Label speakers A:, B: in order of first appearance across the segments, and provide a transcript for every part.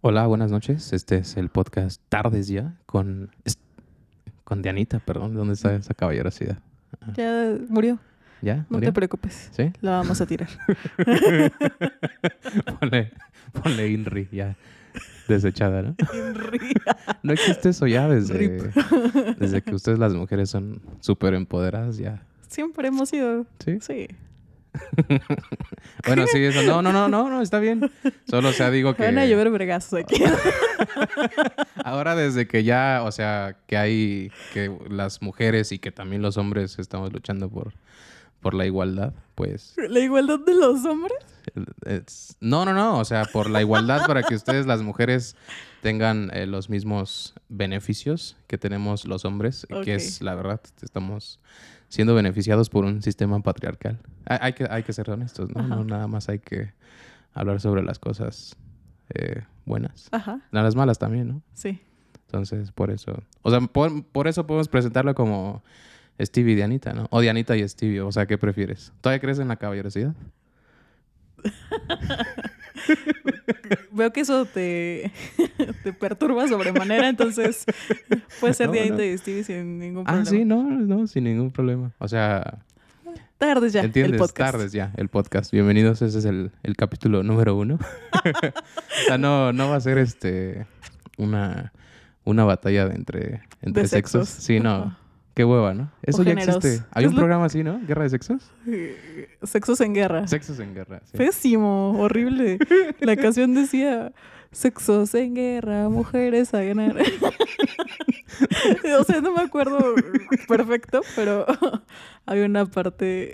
A: Hola, buenas noches. Este es el podcast Tardes ya con, es- con Dianita, perdón. ¿Dónde está esa caballerosidad?
B: Ya murió.
A: ¿Ya?
B: No
A: ¿Murió?
B: te preocupes.
A: ¿Sí?
B: La vamos a tirar.
A: ponle, ponle Inri ya desechada, ¿no?
B: Ría.
A: No existe eso ya desde,
B: Rip.
A: desde que ustedes las mujeres son súper empoderadas ya.
B: Siempre hemos sido.
A: ¿Sí?
B: Sí.
A: Bueno, sí, eso. No, no, no, no, no, está bien. Solo, o sea, digo que...
B: Van a llover bregazos aquí.
A: Ahora desde que ya, o sea, que hay que las mujeres y que también los hombres estamos luchando por, por la igualdad, pues
B: La igualdad de los hombres.
A: es- no, no, no, o sea, por la igualdad para que ustedes las mujeres tengan eh, los mismos beneficios que tenemos los hombres,
B: Ok.
A: que es la verdad, estamos siendo beneficiados por un sistema patriarcal. Hay, hay que, hay que ser honestos, ¿no?
B: Ajá.
A: No nada más hay que hablar sobre las cosas eh, buenas.
B: Ajá.
A: Las malas también, ¿no?
B: Sí.
A: Entonces, por eso. O sea, por, por eso podemos presentarlo como Stevie y Dianita, ¿no? O Dianita y Stevie. O sea, ¿qué prefieres? ¿Todavía crees en la caballerosidad?
B: Veo que eso te, te perturba sobremanera, entonces puede ser
A: No,
B: diadita
A: no.
B: y Stevie sin ningún
A: Ah,
B: problema.
A: sí, no, no, sin ningún problema. O sea,
B: Tardes ya. el
A: entiendes,
B: podcast.
A: tardes ya, el podcast. Bienvenidos, ese es el, el capítulo número uno. o sea, no, no va a ser este una, una batalla de entre, entre
B: De
A: sexos.
B: sexos.
A: Sí, no. Qué hueva, ¿no? Eso ya
B: géneros.
A: existe. Hay
B: Es
A: un
B: lo-
A: programa así, ¿no? ¿Guerra de sexos?
B: Sexos en guerra.
A: Sexos en guerra. sí.
B: Pésimo, horrible. La canción decía sexos en guerra, mujeres a ganar. o sea, no me acuerdo perfecto, pero había una parte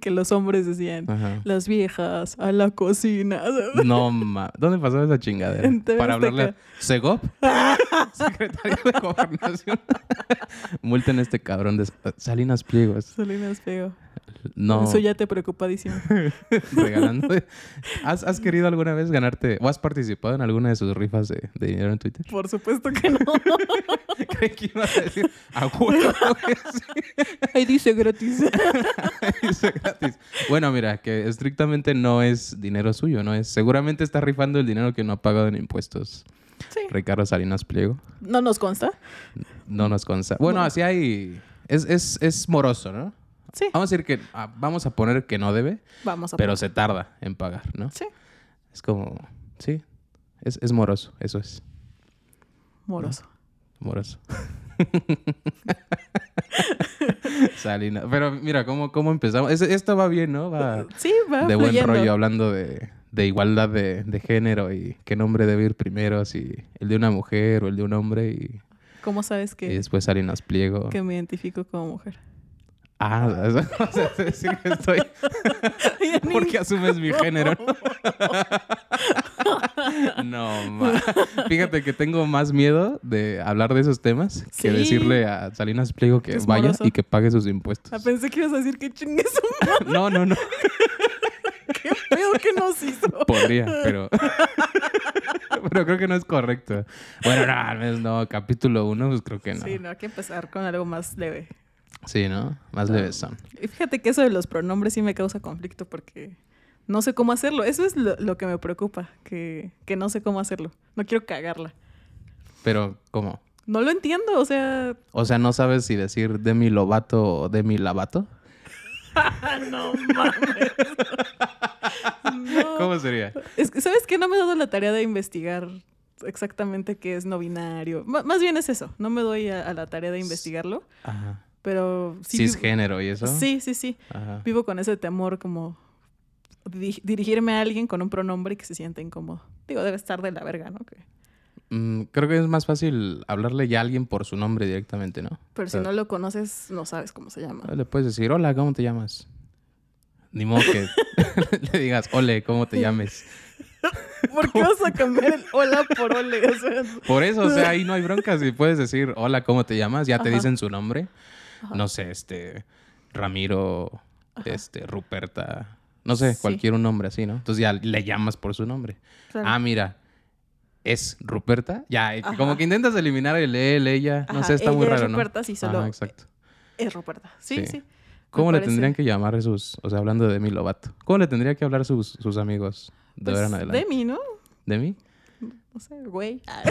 B: que los hombres decían
A: Ajá.
B: las viejas a la cocina.
A: No ma, ¿dónde pasaba esa chingadera?
B: En TV
A: Para
B: Azteca.
A: hablarle Segov, secretario de Gobernación. Multen a este cabrón de Salinas Pliegos.
B: Salinas Pliego.
A: No.
B: Eso ya te preocupadísimo.
A: regalando. ¿Has, has querido alguna vez ganarte o has participado en alguna de sus rifas de, de dinero en Twitter?
B: Por supuesto que no.
A: Creí que ibas a decir, a huevo, güey,
B: Ahí dice gratis.
A: sí, hice gratis. Bueno, mira, que estrictamente no es dinero suyo, no es. Seguramente está rifando el dinero que no ha pagado en impuestos.
B: Sí.
A: Ricardo Salinas Pliego.
B: No nos consta.
A: No nos consta. Bueno,
B: Bueno.
A: así hay. Es, es, es moroso, ¿no?
B: Sí,
A: Vamos a decir que. ah, Vamos a poner que no debe,
B: vamos a
A: pero se tarda en pagar, ¿no?
B: Sí,
A: Es como. Sí. Es, es moroso, eso es.
B: moroso.
A: Moroso. Salina. Pero mira, ¿cómo, cómo empezamos? Es- esto va bien, ¿no? Va
B: Sí, va
A: de buen
B: fluyendo.
A: rollo hablando de, de igualdad de, de género y qué nombre debe ir primero, si el de una mujer o el de un hombre y,
B: ¿Cómo sabes que
A: y después Salinas Pliego.
B: que me identifico como mujer.
A: Ah, o sea, es decir que estoy... Porque asumes mi género. No, ma. Fíjate que tengo más miedo de hablar de esos temas que
B: Sí.
A: decirle a Salinas Pliego que
B: Que es
A: vaya
B: moroso.
A: y que pague sus
B: Ah,
A: impuestos.
B: pensé que ibas a decir que chingues un
A: No, no, no.
B: qué pedo que nos hizo.
A: Podría, pero. pero creo que no es correcto. Bueno, no, al menos no. Capítulo 1, pues creo que no.
B: Sí, no, hay que empezar con algo más leve.
A: Sí, ¿no? Más levesón.
B: Y fíjate que eso de los pronombres sí me causa conflicto porque no sé cómo hacerlo. Eso es lo, lo que me preocupa, que, que no sé cómo hacerlo. No quiero cagarla.
A: Pero, ¿cómo?
B: No lo entiendo, o sea...
A: O sea, ¿no sabes si decir Demi Lovato o Demi Lavato?
B: ¡Ah, no mames! No.
A: ¿Cómo sería?
B: Es que, ¿Sabes qué? No me he dado la tarea de investigar exactamente qué es no binario. M- más bien es eso. No me doy a, a la tarea de investigarlo,
A: Ajá.
B: pero sí. vivo-
A: Cisgénero y eso.
B: Sí, sí, sí.
A: Ajá.
B: Vivo con ese temor como di- dirigirme a alguien con un pronombre y que se sienta incómodo. Digo, debe estar de la verga, ¿no? Que-
A: Mm, creo que es más fácil hablarle ya a alguien por su nombre directamente, ¿no?
B: pero si
A: Claro.
B: no lo conoces, no sabes cómo se llama.
A: Le puedes decir, hola, ¿cómo te llamas? Ni modo que le digas, ole, ¿cómo te llames? Ah,
B: ¿Por qué vas a cambiar el hola por ole? O sea,
A: Por eso, o sea, ahí no hay broncas. Si puedes decir, hola, ¿cómo te llamas? Ya te
B: Ajá.
A: dicen su nombre.
B: Ajá.
A: No sé, este, Ramiro, este, Ruperta. No sé,
B: Sí.
A: cualquier un nombre así, ¿no? Entonces ya le llamas por su nombre.
B: claro.
A: Ah, mira. Es Ruperta. Ya, eh, como
B: Ajá.
A: que intentas eliminar el él, ella. No
B: Ajá,
A: sé, está muy
B: ella es
A: raro, ¿no?
B: Ruperta, sí, solo-
A: Ajá, exacto.
B: es Roberta. Sí,
A: Sí.
B: sí.
A: ¿Cómo le
B: parece.
A: tendrían que llamar a sus, o sea, hablando de Demi Lovato? ¿Cómo le tendría que hablar sus, sus amigos de
B: Pues,
A: ahora en adelante?
B: Demi, ¿no?
A: ¿Demi?
B: No sé, güey. Ah.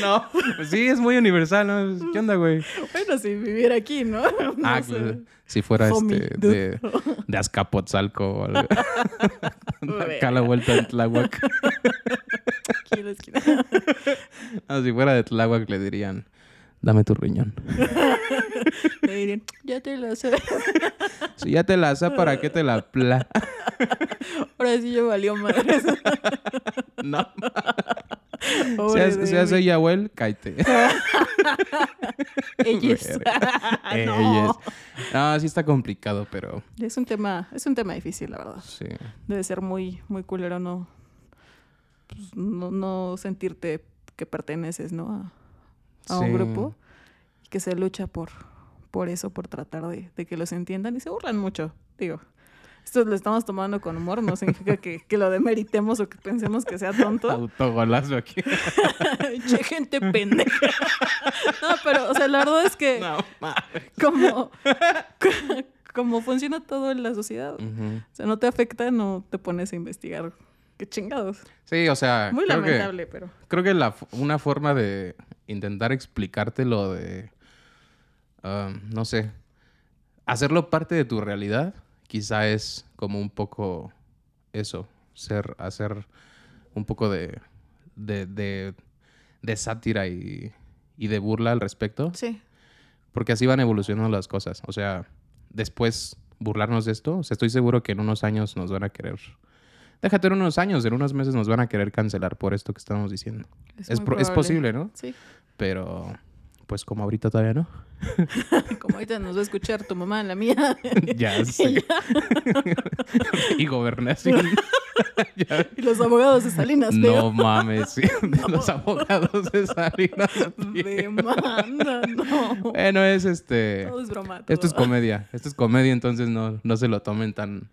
A: No. Pues sí, es muy universal, ¿no? ¿Qué onda, güey?
B: Bueno, si viviera aquí, ¿no? No
A: Ah,
B: sé.
A: pues, si fuera
B: Homie,
A: este
B: dude.
A: de, de Azcapotzalco o algo. Acá a la vuelta de Tláhuac.
B: Aquí en la esquina.
A: No, si fuera de Tláhuac le dirían, dame tu riñón.
B: Me dirían, ya te lo sé.
A: Si ya te la asa, ¿para qué te la pla?
B: Ahora sí ya valió madres.
A: No.
B: Pobre
A: Seas,
B: de
A: seas
B: mí.
A: ella o él, cállate.
B: Ellos.
A: Ellas.
B: Ah, no.
A: Eh, No, sí está complicado, pero
B: Es un tema, es un tema difícil, la verdad.
A: sí.
B: Debe ser muy, muy culero no, pues, no, no sentirte que perteneces, ¿no? A, a
A: Sí.
B: un grupo y que se lucha por, por eso, por tratar de, de que los entiendan y se burlan mucho, digo. Esto lo estamos tomando con humor, no significa que, que lo demeritemos o que pensemos que sea tonto.
A: Autogolazo aquí.
B: che, gente pendeja. no, pero, o sea, la verdad es que
A: No, mames.
B: como, como funciona todo en la sociedad,
A: Ujú.
B: o sea, no te afecta, no te pones a investigar. Qué chingados.
A: Sí, o sea,
B: Muy
A: Ah, creo que
B: lamentable, pero.
A: creo que la, f- una forma de intentar explicarte lo de, um, no sé, hacerlo parte de tu realidad, quizá es como un poco eso, ser, hacer un poco de, de, de- de sátira y, y de burla al respecto,
B: Sí.
A: porque así van evolucionando las cosas. O sea, después burlarnos de esto, o sea, estoy seguro que en unos años nos van a querer... Déjate en unos años, en unos meses nos van a querer cancelar por esto que estamos diciendo. Es,
B: muy
A: pro- es
B: probable.
A: posible, ¿no?
B: Sí.
A: Pero, pues como ahorita todavía no.
B: Como ahorita nos va a escuchar tu mamá, la mía.
A: ya sé. y gobernación. Ya-
B: y los abogados de Salinas,
A: No
B: pero.
A: mames, sí. los abogados de Salinas.
B: Demanda, no.
A: Bueno, es este...
B: Todo es broma. todo.
A: Esto es comedia. Esto es comedia, entonces no, no se lo tomen tan...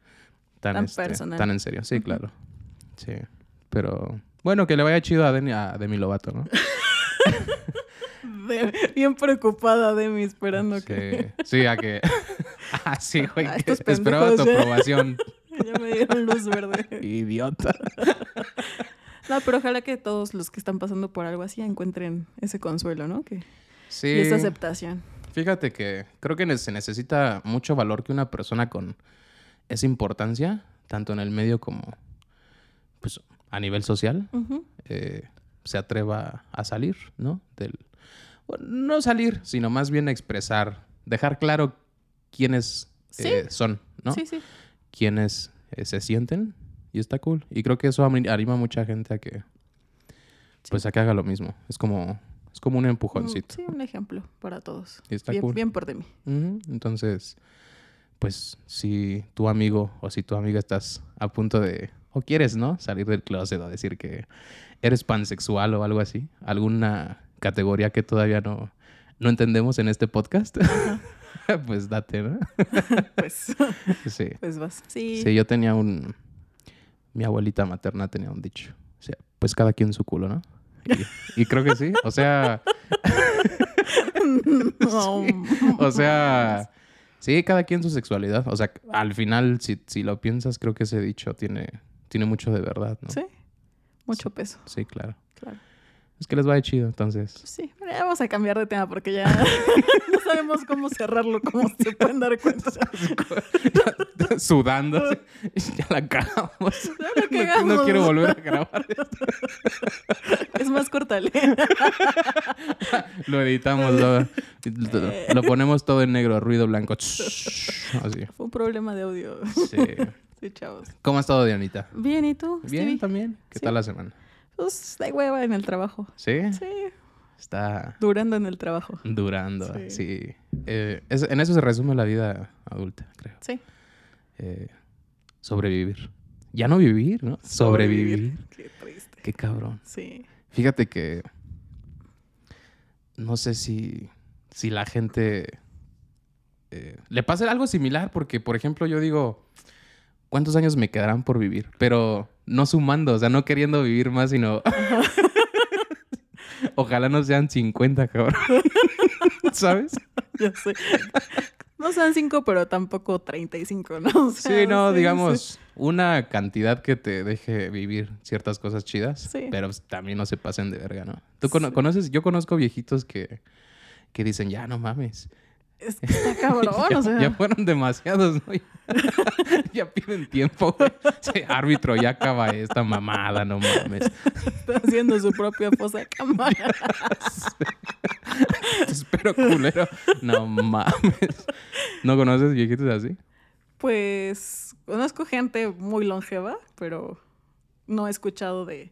A: Tan,
B: Tan
A: este,
B: personal.
A: Tan en serio, sí, claro. Sí. Pero... Bueno, que le vaya chido a Demi, a Demi Lovato, ¿no?
B: De- bien preocupada de mí, esperando que.
A: Sí, sí, a que... Ah, sí, güey.
B: A
A: que
B: estos
A: Esperaba tu
B: pendejos, ¿eh?
A: aprobación.
B: ya me dieron luz verde.
A: Idiota.
B: No, pero ojalá que todos los que están pasando por algo así encuentren ese consuelo, ¿no? Que,
A: Sí.
B: Y esa aceptación.
A: Fíjate que creo que ne- se necesita mucho valor que una persona con esa importancia, tanto en el medio como pues, a nivel social,
B: Ujú.
A: eh, se atreva a salir, ¿no? Del, bueno, no salir, sino más bien expresar, dejar claro quiénes
B: Sí.
A: eh, son, ¿no?
B: Sí, sí.
A: Quiénes eh, se sienten y está cool. Y creo que eso ami- anima a mucha gente a que, pues, a que haga lo mismo. Es como, es como un
B: Un-
A: empujoncito.
B: Sí, un ejemplo para todos.
A: Y está
B: bien,
A: cool.
B: bien por de mí.
A: Ujú, Entonces, pues si tu amigo o si tu amiga estás a punto de, o quieres, ¿no? Salir del closet o decir que eres pansexual o algo así, alguna categoría que todavía no, no entendemos en este podcast, pues date, ¿no?
B: Pues,
A: Sí.
B: pues vas. Sí.
A: Sí, yo tenía un... Mi abuelita materna tenía un dicho. O sea, pues cada quien su culo, ¿no? Y- y creo que sí. O sea...
B: No,
A: O sea, sí, cada quien su sexualidad. O sea, al final, si, si lo piensas, creo que ese dicho tiene, tiene mucho de verdad, ¿no?
B: Sí. Mucho peso,
A: Sí, claro.
B: claro.
A: Es que les va de chido, entonces.
B: Sí, pero ya vamos a cambiar de tema porque ya no sabemos cómo cerrarlo, como se pueden dar cuenta.
A: Sudando. ya la cagamos.
B: Ya lo que
A: No-
B: hagamos,
A: no quiero volver a grabar.
B: Es más ¿eh? cortale.
A: Lo editamos, lo, lo- lo ponemos todo en negro, ruido blanco. Así.
B: Fue un problema de audio.
A: Sí.
B: Sí, chavos.
A: ¿Cómo ha estado, Dianita?
B: Pues Bien, ¿y tú?
A: Bien,
B: Stevie?
A: también. ¿Qué
B: Sí.
A: tal la semana?
B: Pues de hueva en el trabajo.
A: ¿Sí?
B: Sí,
A: Está
B: durando en el trabajo.
A: durando,
B: Sí.
A: sí. Eh, es- en eso se resume la vida adulta, creo.
B: Sí.
A: Eh, sobrevivir. Ya no vivir, ¿no? Sobrevivir.
B: Qué triste.
A: Qué cabrón.
B: Sí.
A: Fíjate que no sé si, si la gente eh, le pasa algo similar, porque, por ejemplo, yo digo, ¿cuántos años me quedarán por vivir? Pero no sumando, o sea, no queriendo vivir más, sino... Ojalá no sean 50, cabrón. ¿Sabes?
B: Ya sé. No sean cinco, pero tampoco 35, ¿no? O sea,
A: Sí, no, digamos, una cantidad que te deje vivir ciertas cosas chidas,
B: Sí.
A: pero pues, también no se pasen de verga, ¿no? Tú cono-
B: Sí.
A: conoces, yo conozco viejitos que, que dicen, ya no mames.
B: Es que está cabrón,
A: ya,
B: o sea.
A: ya fueron demasiados, ¿no? ya piden tiempo, güey. Sí, árbitro, ya acaba esta mamada, no mames.
B: Está haciendo su propia fosa de cámara.
A: Te espero, culero. No mames. ¿No conoces viejitos así?
B: Pues conozco gente muy longeva, pero no he escuchado de,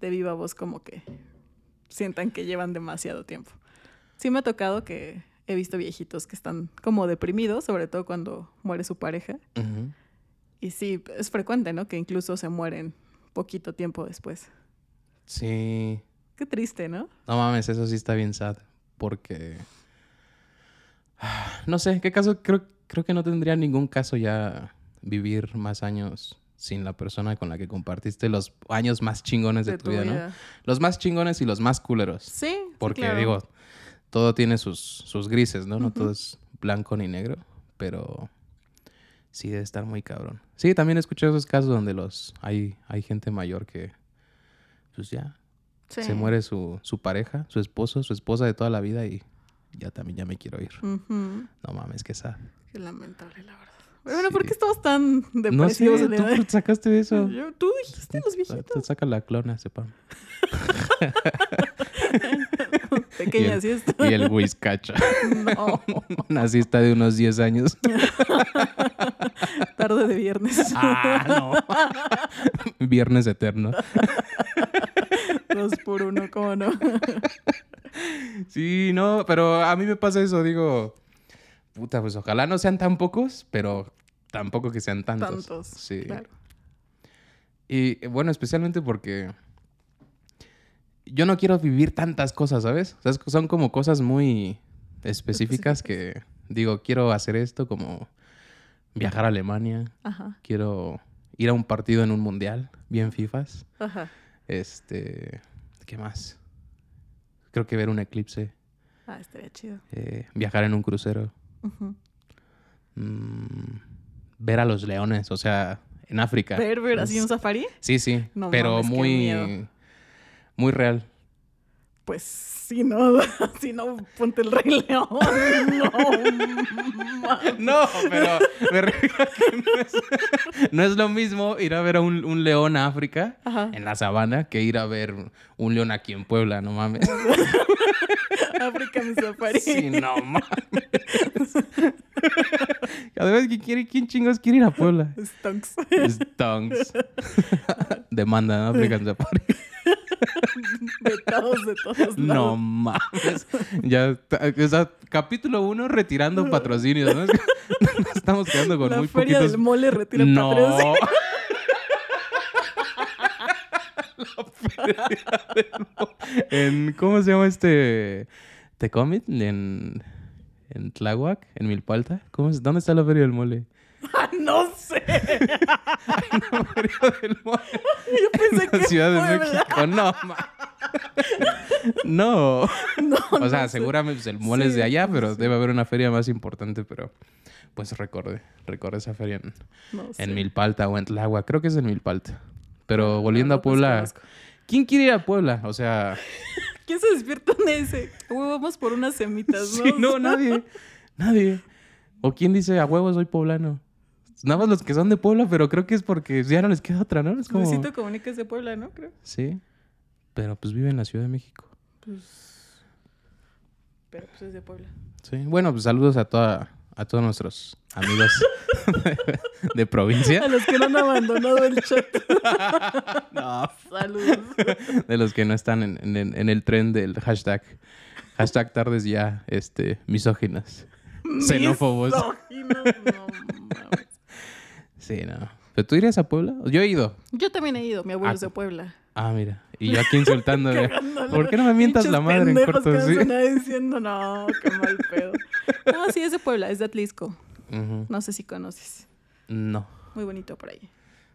B: de viva voz como que sientan que llevan demasiado tiempo. Sí me ha tocado que he visto viejitos que están como deprimidos, sobre todo cuando muere su pareja.
A: Ujú.
B: Y sí, es frecuente, ¿no? Que incluso se mueren poquito tiempo después.
A: Sí.
B: Qué triste, ¿no?
A: No mames, eso sí está bien sad. Porque. No sé, ¿qué caso? Creo, creo que no tendría ningún caso ya vivir más años sin la persona con la que compartiste los años más chingones de, tu, vida, ¿no? Los más chingones y los más culeros.
B: Sí. sí,
A: Porque,
B: claro.
A: digo, todo tiene sus, sus grises, ¿no? No
B: Ujú.
A: todo es blanco ni negro, pero sí debe estar muy cabrón. Sí, también he escuchado esos casos donde los hay, hay gente mayor que, pues ya,
B: Sí.
A: se muere su, su pareja, su esposo, su esposa de toda la vida y ya también ya me quiero ir.
B: Ujú.
A: No mames, que sad.
B: Qué lamentable, la verdad. Pero bueno, ¿por
A: Sí.
B: qué estabas tan
A: No sé,
B: depresivos?
A: tú sacaste eso.
B: Yo- tú dijiste los
A: Te
B: viejitos.
A: saca la clona, sepa.
B: Pequeñas y esto.
A: Y el whiskacha.
B: No,
A: Nacista de unos 10 años.
B: tarde de viernes.
A: Ah, no. Viernes eterno.
B: Dos por uno, ¿cómo no?
A: Sí, no, pero a mí me pasa eso, digo. Puta, pues ojalá no sean tan pocos, pero tampoco que sean tantos.
B: Tantos.
A: Sí.
B: Claro.
A: Y eh, bueno, especialmente porque yo no quiero vivir tantas cosas, ¿sabes? O sea, es- son como cosas muy específicas que digo, quiero hacer esto como viajar a Alemania,
B: Ajá,
A: quiero ir a un partido en un mundial, bien FIFAs.
B: ajá.
A: Este, ¿qué más? Creo que ver un eclipse,
B: Ah, estaría chido.
A: eh, viajar en un crucero,
B: Ujú.
A: mm, ver a los leones, o sea, en África.
B: Ver, ver, así un
A: Es-
B: safari,
A: Sí, sí,
B: No
A: pero
B: mames, qué
A: muy,
B: miedo.
A: muy real.
B: pues si no, si no, ponte el rey león. No, ma-
A: No, pero me refiero a que no, es, no es lo mismo ir a ver a un, un león a África
B: Ajá.
A: en la sabana que ir a ver un león aquí en Puebla, no mames.
B: África, mi safari.
A: Sí, no mames. Además, ¿quién, quiere, ¿quién chingos quiere ir a Puebla?
B: Stonks.
A: Stonks. Demanda en África en Safari.
B: De todos, de todos.
A: No
B: lados.
A: mames. Ya, ta- o sea, capítulo 1 retirando patrocinios, ¿no? Es que nos estamos quedando con
B: La
A: muy
B: feria
A: poquitos
B: del mole retira
A: no.
B: patriotas.
A: La feria del mo- en, ¿Cómo se llama este? ¿Tecomit? En, en Tláhuac, en Milpalta. ¿Cómo es? ¿Dónde está la feria del mole?
B: Ah, no sé.
A: La feria del mole
B: Yo pensé
A: en
B: que
A: la Ciudad de
B: Puebla.
A: México. No, ma- No.
B: No,
A: O sea,
B: no sé.
A: seguramente pues, el mole es
B: Sí,
A: de allá, pero
B: sí.
A: debe haber una feria más importante, pero pues recordé, recordé esa feria en,
B: No sé.
A: en Milpalta o en Tláhuac, creo que es en Milpalta. Pero volviendo a
B: tampoco es que
A: Puebla,
B: conozco.
A: ¿quién quiere ir a Puebla? O sea,
B: ¿Quién se despierta en ese? Uy, vamos por unas semitas, ¿no?
A: sí, no, nadie, nadie. O quién dice, a huevo soy poblano. Nada más los que son de Puebla, pero creo que es porque ya no les queda otra, ¿no? Es como...
B: Luisito Comunica es de Puebla, ¿no? Creo.
A: Sí, pero pues vive en la Ciudad de México.
B: Pues... Pero pues es de Puebla.
A: Sí, bueno, pues saludos a, toda, a todos nuestros amigos de provincia.
B: A los que no han abandonado el chat.
A: No.
B: Saludos.
A: De los que no están en, en- en el tren del hashtag. Hashtag tardes ya, este, misóginas. Xenófobos.
B: Misóginos, no mames.
A: Sí, no. ¿Pero tú irías a Puebla? Yo he ido.
B: Yo también he ido. Mi abuelo
A: Ah,
B: es de Puebla.
A: Ah, mira. Y yo aquí insultándole.
B: Cagándole.
A: ¿Por qué no me mientas la
B: Pinches
A: madre en
B: pendejos
A: corto?
B: que
A: Sí.
B: no hacen nada diciendo, no, qué mal pedo. No, sí, es de Puebla. Es de Atlisco.
A: Ujú.
B: No sé si conoces.
A: No.
B: Muy bonito por ahí.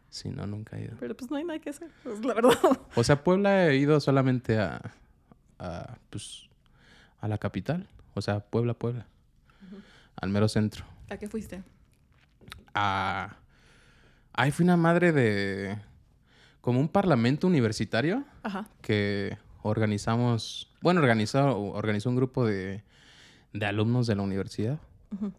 A: Sí, no, nunca he ido.
B: Pero pues no hay nada que hacer. Pues, la verdad.
A: O sea, Puebla he ido solamente a, a, pues, a la capital. O sea, Puebla, Puebla. al mero centro.
B: ¿A qué fuiste?
A: a... Ahí fue una madre de... Como un parlamento universitario
B: Ajá.
A: que organizamos... Bueno, organizó, organizó un grupo de, de alumnos de la universidad.
B: Ujú.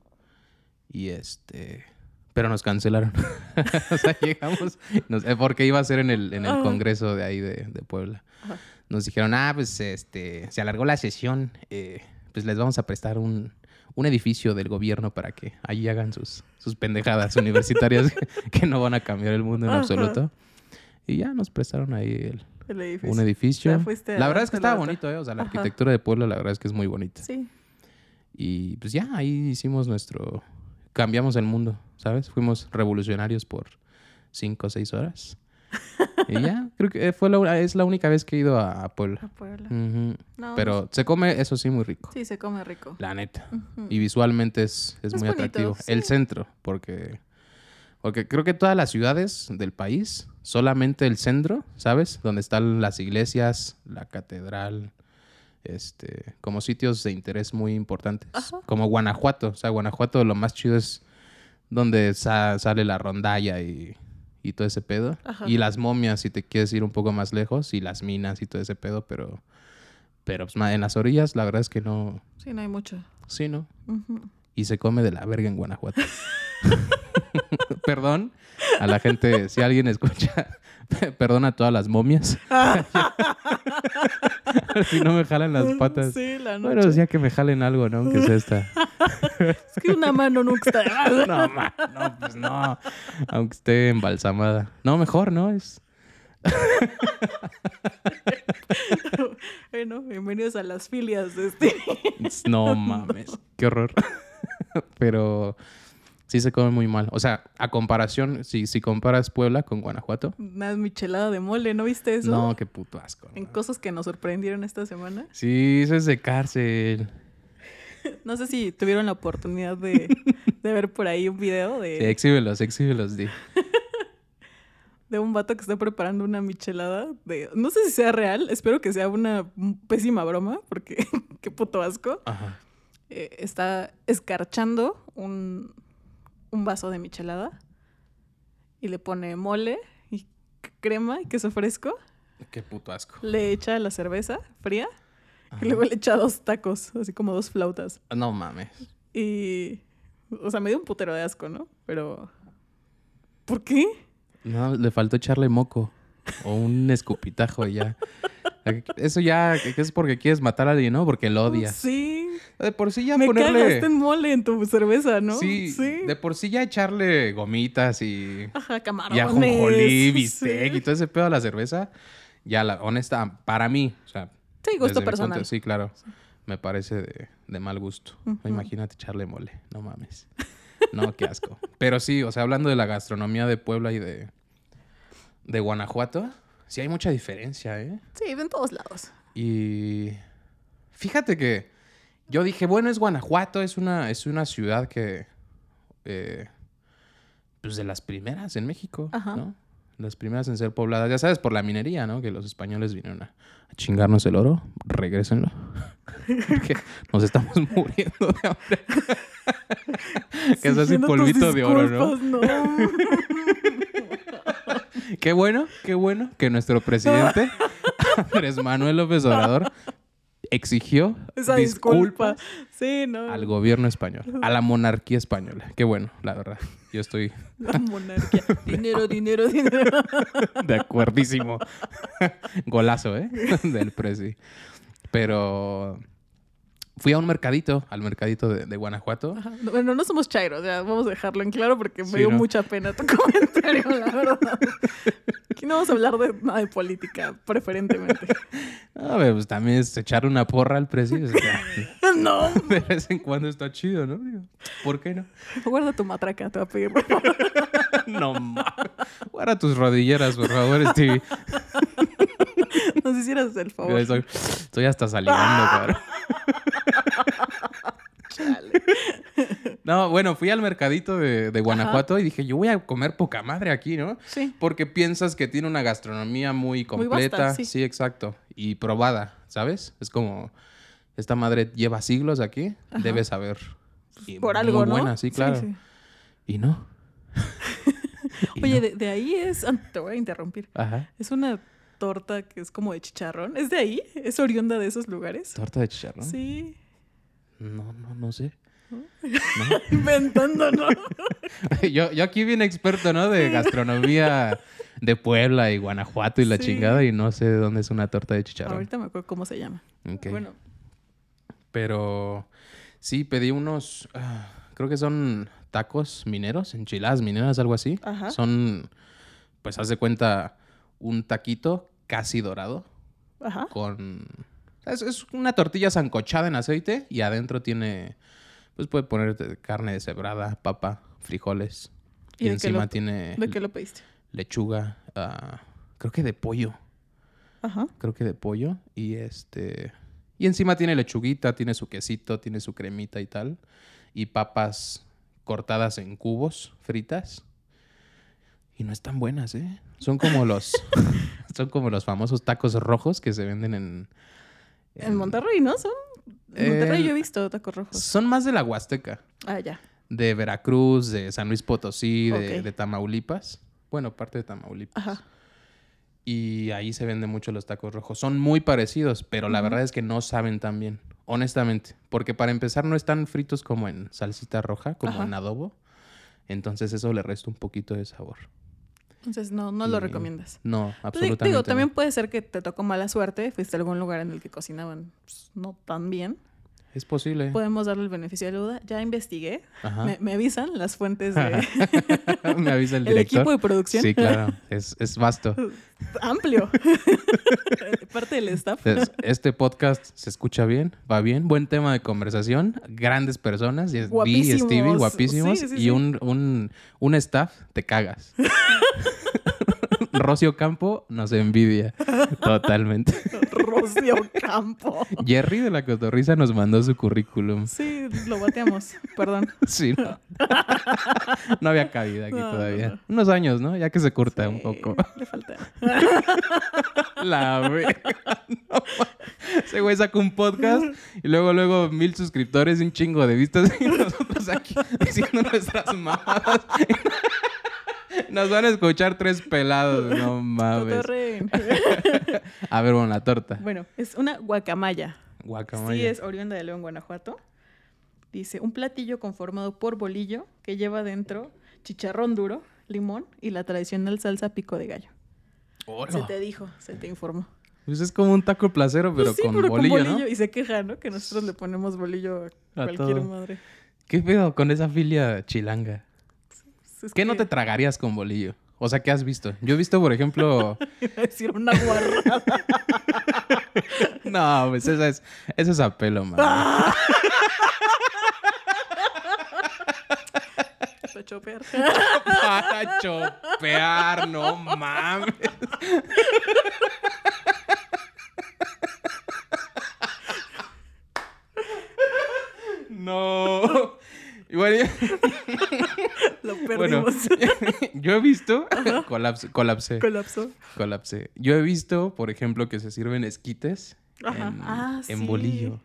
A: Y este... Pero nos cancelaron. o sea, llegamos... nos- eh, porque iba a ser en el, en el
B: Ajá.
A: congreso de ahí de, de Puebla.
B: Ajá.
A: Nos dijeron, ah, pues este... Se alargó la sesión. eh, pues les vamos a prestar un, un edificio del gobierno para que ahí hagan sus, sus pendejadas universitarias que no van a cambiar el mundo en
B: Ajá.
A: absoluto. Y ya nos prestaron ahí el-
B: El edificio.
A: un edificio.
B: Pues, Ya fuiste
A: la
B: a
A: verdad es que
B: darte la
A: estaba
B: otra.
A: bonito, ¿eh? O sea, la
B: Ajá.
A: arquitectura de Puebla, la verdad es que es muy bonita.
B: Sí.
A: Y pues ya ahí hicimos nuestro. Cambiamos el mundo, ¿sabes? Fuimos revolucionarios por cinco o seis horas. y ya, creo que eh, fue la, es la única vez que he ido a, a Puebla.
B: A Puebla.
A: Ujú.
B: No,
A: Mm,
B: pues
A: Pero se come, eso sí, muy rico.
B: Sí, se come rico.
A: La neta.
B: Ujú.
A: Y visualmente es, es
B: Es
A: muy
B: bonito,
A: atractivo. El
B: sí.
A: centro, porque, porque creo que todas las ciudades del país, solamente el centro, ¿sabes? Donde están las iglesias, la catedral, este, como sitios de interés muy importantes.
B: Ajá.
A: Como Guanajuato, o sea, Guanajuato lo más chido es donde sa- sale la rondalla y, y todo ese pedo.
B: Ajá.
A: Y las momias, si te quieres ir un poco más lejos, y las minas y todo ese pedo, pero... Pero pues, ma- en las orillas, la verdad es que no...
B: Sí, no hay mucho.
A: Sí, ¿no?
B: Ujú.
A: y se come de la verga en Guanajuato. Perdón a la gente, si alguien escucha, perdón a todas las momias. si no me jalan las patas.
B: Sí, la noche.
A: Bueno, ya que me jalen algo, ¿no? Aunque sea esta.
B: Es que una mano nunca está de más.
A: No, ma, no, pues no. Aunque esté embalsamada. No, mejor, ¿no? Es...
B: Bueno, bienvenidos a las filias de este.
A: es- No mames. Qué horror. Pero sí se come muy mal. O sea, a comparación, si, si comparas Puebla con Guanajuato.
B: Una michelada de mole, ¿no viste eso?
A: No, qué puto asco.
B: En
A: ¿no?
B: cosas que nos sorprendieron esta semana.
A: Sí, eso es de cárcel.
B: No sé si tuvieron la oportunidad de, de ver por ahí un video
A: Sí,
B: de,
A: exhíbelos, exhíbelos, di.
B: de un vato que está preparando una michelada. De, no sé si sea real, espero que sea una pésima broma, porque qué puto asco.
A: Ajá.
B: Eh, está escarchando un, un vaso de michelada y le pone mole y c- crema y queso fresco.
A: Qué puto asco.
B: Le echa la cerveza fría
A: Ajá.
B: y luego le echa dos tacos, así como dos flautas.
A: No mames.
B: Y. O sea, me dio un putero de asco, ¿no? Pero. ¿Por qué?
A: No, le faltó echarle moco. O un escupitajo y ya. Eso ya que que es porque quieres matar a alguien, ¿no? Porque lo odias.
B: Sí.
A: De por sí ya
B: Pues, me
A: ponerle.
B: cagaste en mole en tu cerveza, ¿no?
A: Sí, De por sí ya echarle gomitas y.
B: Ajá, camarones.
A: Y ajonjolí,
B: sí.
A: bistec y todo ese pedo a la cerveza. Ya, la honesta, para mí. O sea,
B: Sí,
A: desde
B: gusto
A: mi
B: personal.
A: punto- sí, claro. Me parece de, de mal gusto.
B: Ujú.
A: Imagínate echarle mole. No mames. No, qué asco. Pero sí, o sea, hablando de la gastronomía de Puebla y de, de Guanajuato, sí hay mucha diferencia, ¿eh?
B: Sí, de en todos lados.
A: Y fíjate que yo dije, bueno, es Guanajuato, es una, es una ciudad que, eh, pues de las primeras en México,
B: Ajá.
A: ¿no? Las primeras en ser pobladas, ya sabes, por la minería, ¿no? Que los españoles vinieron a, a chingarnos el oro, regrésenlo, porque nos estamos muriendo de hambre. que es así
B: Exigiendo tus
A: polvito de oro, ¿no?
B: disculpas, ¿no?
A: Qué bueno, qué bueno que nuestro presidente, Andrés Manuel López Obrador, exigió
B: Esa
A: disculpas
B: disculpa. Sí, no.
A: al gobierno español, a la monarquía española. Qué bueno, la verdad. Yo estoy
B: La monarquía. dinero, dinero, dinero.
A: de acuerdísimo. Golazo, ¿eh? Del presi. Pero fui a un mercadito, al mercadito de, de Guanajuato.
B: Ajá. Bueno, no somos chairos, ya vamos a dejarlo en claro porque
A: Sí,
B: me dio
A: ¿no?
B: mucha pena tu comentario, la verdad. Aquí no vamos a hablar de nada de política, preferentemente.
A: A ver, pues también es echar una porra al presi. o sea,
B: No,
A: de vez en cuando está chido, ¿no? Digo, ¿Por qué no?
B: guarda tu matraca, te voy a pedir. por favor.
A: No mames. Guarda tus rodilleras, por favor, Stevie.
B: Nos hicieras el favor.
A: Estoy, estoy hasta salivando,
B: Ah.
A: cabrón.
B: Chale.
A: No, bueno, fui al mercadito de, de Guanajuato y dije, yo voy a comer poca madre aquí, ¿no?
B: Sí,
A: Porque piensas que tiene una gastronomía muy
B: Muy
A: completa.
B: vasta,
A: sí.
B: sí.
A: exacto. Y probada, ¿sabes? Es como, esta madre lleva siglos aquí,
B: Ajá.
A: debe saber y
B: por algo,
A: muy
B: ¿no?
A: buena, sí, claro. Y no. Y
B: Oye,
A: no.
B: de, de ahí es. ah, Te voy a interrumpir.
A: Ajá.
B: Es una torta que es como de chicharrón. ¿Es de ahí? ¿Es oriunda de esos lugares?
A: ¿Torta de chicharrón?
B: Sí.
A: No, no, no sé.
B: Inventando, ¿no?
A: yo, yo aquí bien experto, ¿no? De gastronomía de Puebla y Guanajuato y la
B: Sí.
A: chingada y no sé de dónde es una torta de chicharrón.
B: Ahorita me acuerdo cómo se llama.
A: Ok.
B: Bueno,
A: Pero sí, pedí unos, ah, creo que son tacos mineros, enchiladas mineras, algo así.
B: Ajá.
A: Son, pues haz de cuenta, un taquito casi dorado
B: ajá.
A: con... Es, es una tortilla zancochada en aceite y adentro tiene, pues puede ponerte carne deshebrada, papa, frijoles.
B: ¿Y
A: Y,
B: de qué
A: encima
B: lo-
A: tiene
B: ¿De qué lo pediste?
A: lechuga, ah, creo que de pollo
B: Ajá.
A: creo que de pollo y este y encima tiene lechuguita, tiene su quesito, tiene su cremita y tal y papas cortadas en cubos, fritas. Y no están buenas, ¿eh? Son como los son como los famosos tacos rojos que se venden en
B: En Monterrey, ¿no? Son. En Monterrey
A: El-
B: yo he visto tacos rojos.
A: Son más de la Huasteca,
B: Ah, ya.
A: de Veracruz, de San Luis Potosí, de,
B: Ok.
A: de Tamaulipas. Bueno, parte de Tamaulipas.
B: Ajá.
A: Y ahí se venden mucho los tacos rojos. Son muy parecidos, pero la
B: Ujú.
A: verdad es que no saben tan bien, honestamente. Porque para empezar no están fritos como en salsita roja, como
B: Ajá.
A: en adobo. Entonces eso le resta un poquito de sabor.
B: Entonces, no, no lo
A: Y-
B: recomiendas.
A: No,
B: Pues, di-
A: absolutamente.
B: Digo,
A: no.
B: también puede ser que te tocó mala suerte, fuiste a algún lugar en el que cocinaban pues, no tan bien.
A: Es posible.
B: Podemos darle el beneficio de la duda. Ya investigué,
A: Eh. Ajá.
B: me, me avisan las fuentes de
A: Me... avisa el
B: el,
A: director.
B: equipo de producción.
A: Sí, claro. Es, es vasto.
B: Amplio. Parte del staff.
A: Entonces, este podcast se escucha bien, va bien, buen tema de conversación, grandes personas, y es- Vi y Stevie,
B: Guapísimos.
A: guapísimos,
B: Sí, sí,
A: y
B: sí.
A: Un, un, un staff, te cagas. Rocio Campo nos envidia totalmente.
B: Rocío Campo.
A: Jerry de la Cotorrisa nos mandó su currículum.
B: Sí, lo bateamos. Perdón.
A: Sí, no. No había cabida aquí
B: No, no,
A: todavía.
B: no.
A: Unos años, ¿no? Ya que se curta un
B: Sí,
A: poco.
B: Eh, Le falta.
A: La verga. no mames. Ese güey sacó un podcast y luego, luego mil suscriptores y un chingo de vistas. Y nosotros aquí diciendo nuestras mamadas. Nos van a escuchar tres pelados. No mames.
B: Cotorren.
A: A ver, bueno, la torta.
B: Bueno, es una guacamaya.
A: Guacamaya.
B: Sí, es oriunda de León, Guanajuato. Dice, un platillo conformado por bolillo que lleva dentro chicharrón duro, limón y la tradicional salsa pico de gallo.
A: Hola.
B: Se te dijo, se te informó.
A: Pues es como un taco placero, pero,
B: Pues sí,
A: con, bolillo, ¿no?
B: Y se queja, ¿no? Que nosotros le ponemos bolillo a
A: A
B: cualquier
A: todo.
B: madre.
A: ¿Qué pedo con esa filia chilanga?
B: Pues es
A: ¿Qué no
B: que
A: te tragarías con bolillo? O sea, ¿qué has visto? Yo he visto, por ejemplo...
B: iba a decir una guarrada.
A: No, pues esa es, esa es apelo, man.
B: Para chopear.
A: Para chopear, no mames. No. Y bueno, yo-
B: Lo
A: bueno,
B: perdimos.
A: yo he visto. Colapse, colapsé.
B: Colapsó.
A: Colapsé. Yo he visto, por ejemplo, que se sirven esquites
B: Ajá.
A: en,
B: Ah,
A: en
B: sí.
A: bolillo.